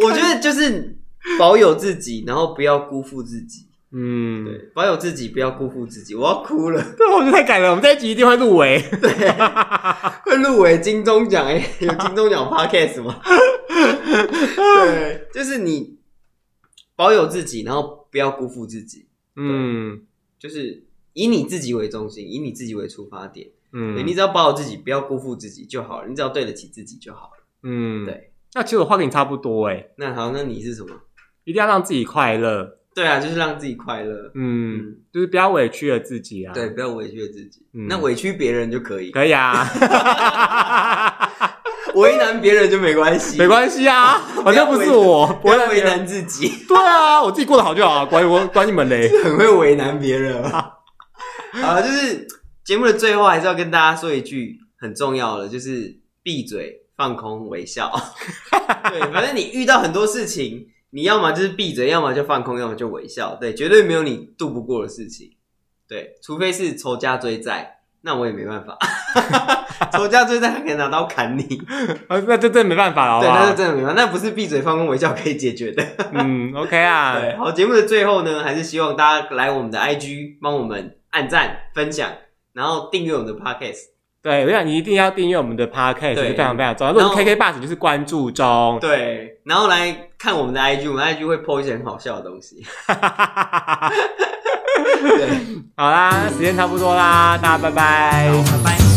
[SPEAKER 1] 我觉得就是保有自己，然后不要辜负自己。
[SPEAKER 2] 嗯，
[SPEAKER 1] 对，保有自己，不要辜负自己。我要哭了，
[SPEAKER 2] 对，我觉得太感人，我们这一集一定会入围。
[SPEAKER 1] 会入围金钟奖
[SPEAKER 2] (laughs)
[SPEAKER 1] 哎，有金钟奖 podcast 吗？对，就是你保有自己，然后不要辜负自己，
[SPEAKER 2] 嗯
[SPEAKER 1] 就是以你自己为中心，以你自己为出发点。对你
[SPEAKER 2] 嗯
[SPEAKER 1] 只要保有自己，不要辜负自己就好了。你只要对得起自己就好了。
[SPEAKER 2] 嗯，
[SPEAKER 1] 对。
[SPEAKER 2] 那其实我话跟你差不多哎，
[SPEAKER 1] 那好，那你是什么？
[SPEAKER 2] 一定要让自己快乐。
[SPEAKER 1] 对啊，就是让自己快乐。
[SPEAKER 2] 嗯，
[SPEAKER 1] 嗯，
[SPEAKER 2] 就是不要委屈了自己啊。
[SPEAKER 1] 对，，不要委屈了自己。
[SPEAKER 2] 嗯
[SPEAKER 1] 那委屈别人就可以，
[SPEAKER 2] 可
[SPEAKER 1] (laughs)
[SPEAKER 2] 以啊，
[SPEAKER 1] 为难别人就没关系，
[SPEAKER 2] 没关系啊，反正不是我，
[SPEAKER 1] 不要为
[SPEAKER 2] 别人
[SPEAKER 1] 难自己，
[SPEAKER 2] 对啊，我自己过得好就好，管我管你们嘞。
[SPEAKER 1] (laughs) 很会为难别人 (laughs) 啊。啊，就是节目的最后还是要跟大家说一句很重要的，就是闭嘴、放空、微
[SPEAKER 2] (laughs)
[SPEAKER 1] 笑。对，反正你遇到很多事情，你要么就是闭嘴，要么就放空，要么就微笑。对，绝对没有你度不过的事情。对，除非是仇家追债，那我也没
[SPEAKER 2] (laughs)
[SPEAKER 1] 办法。仇家追债还可以拿刀砍你，
[SPEAKER 2] 啊，那就真的没办法了，好不
[SPEAKER 1] 对，那是
[SPEAKER 2] 好？
[SPEAKER 1] 真的没办法，那不是闭嘴放空微笑可以解决的。
[SPEAKER 2] 嗯，OK 啊，
[SPEAKER 1] 对，好，节目的最后呢，还是希望大家来我们的 IG 帮我们按赞、分享，然后订阅我们的 Podcast。
[SPEAKER 2] 对，我想你一定要订阅我们的 podcast，
[SPEAKER 1] 对
[SPEAKER 2] 是非常非常重要。如
[SPEAKER 1] 然
[SPEAKER 2] 果
[SPEAKER 1] 后
[SPEAKER 2] 是 KK Bus 就是关注中，
[SPEAKER 1] 对，然后来看我们的 IG，我们 IG 会 po 一些很好笑的东西。
[SPEAKER 2] (laughs)
[SPEAKER 1] 对，
[SPEAKER 2] 好啦，时间差不多啦，大家拜拜。
[SPEAKER 1] (laughs) 好，拜拜。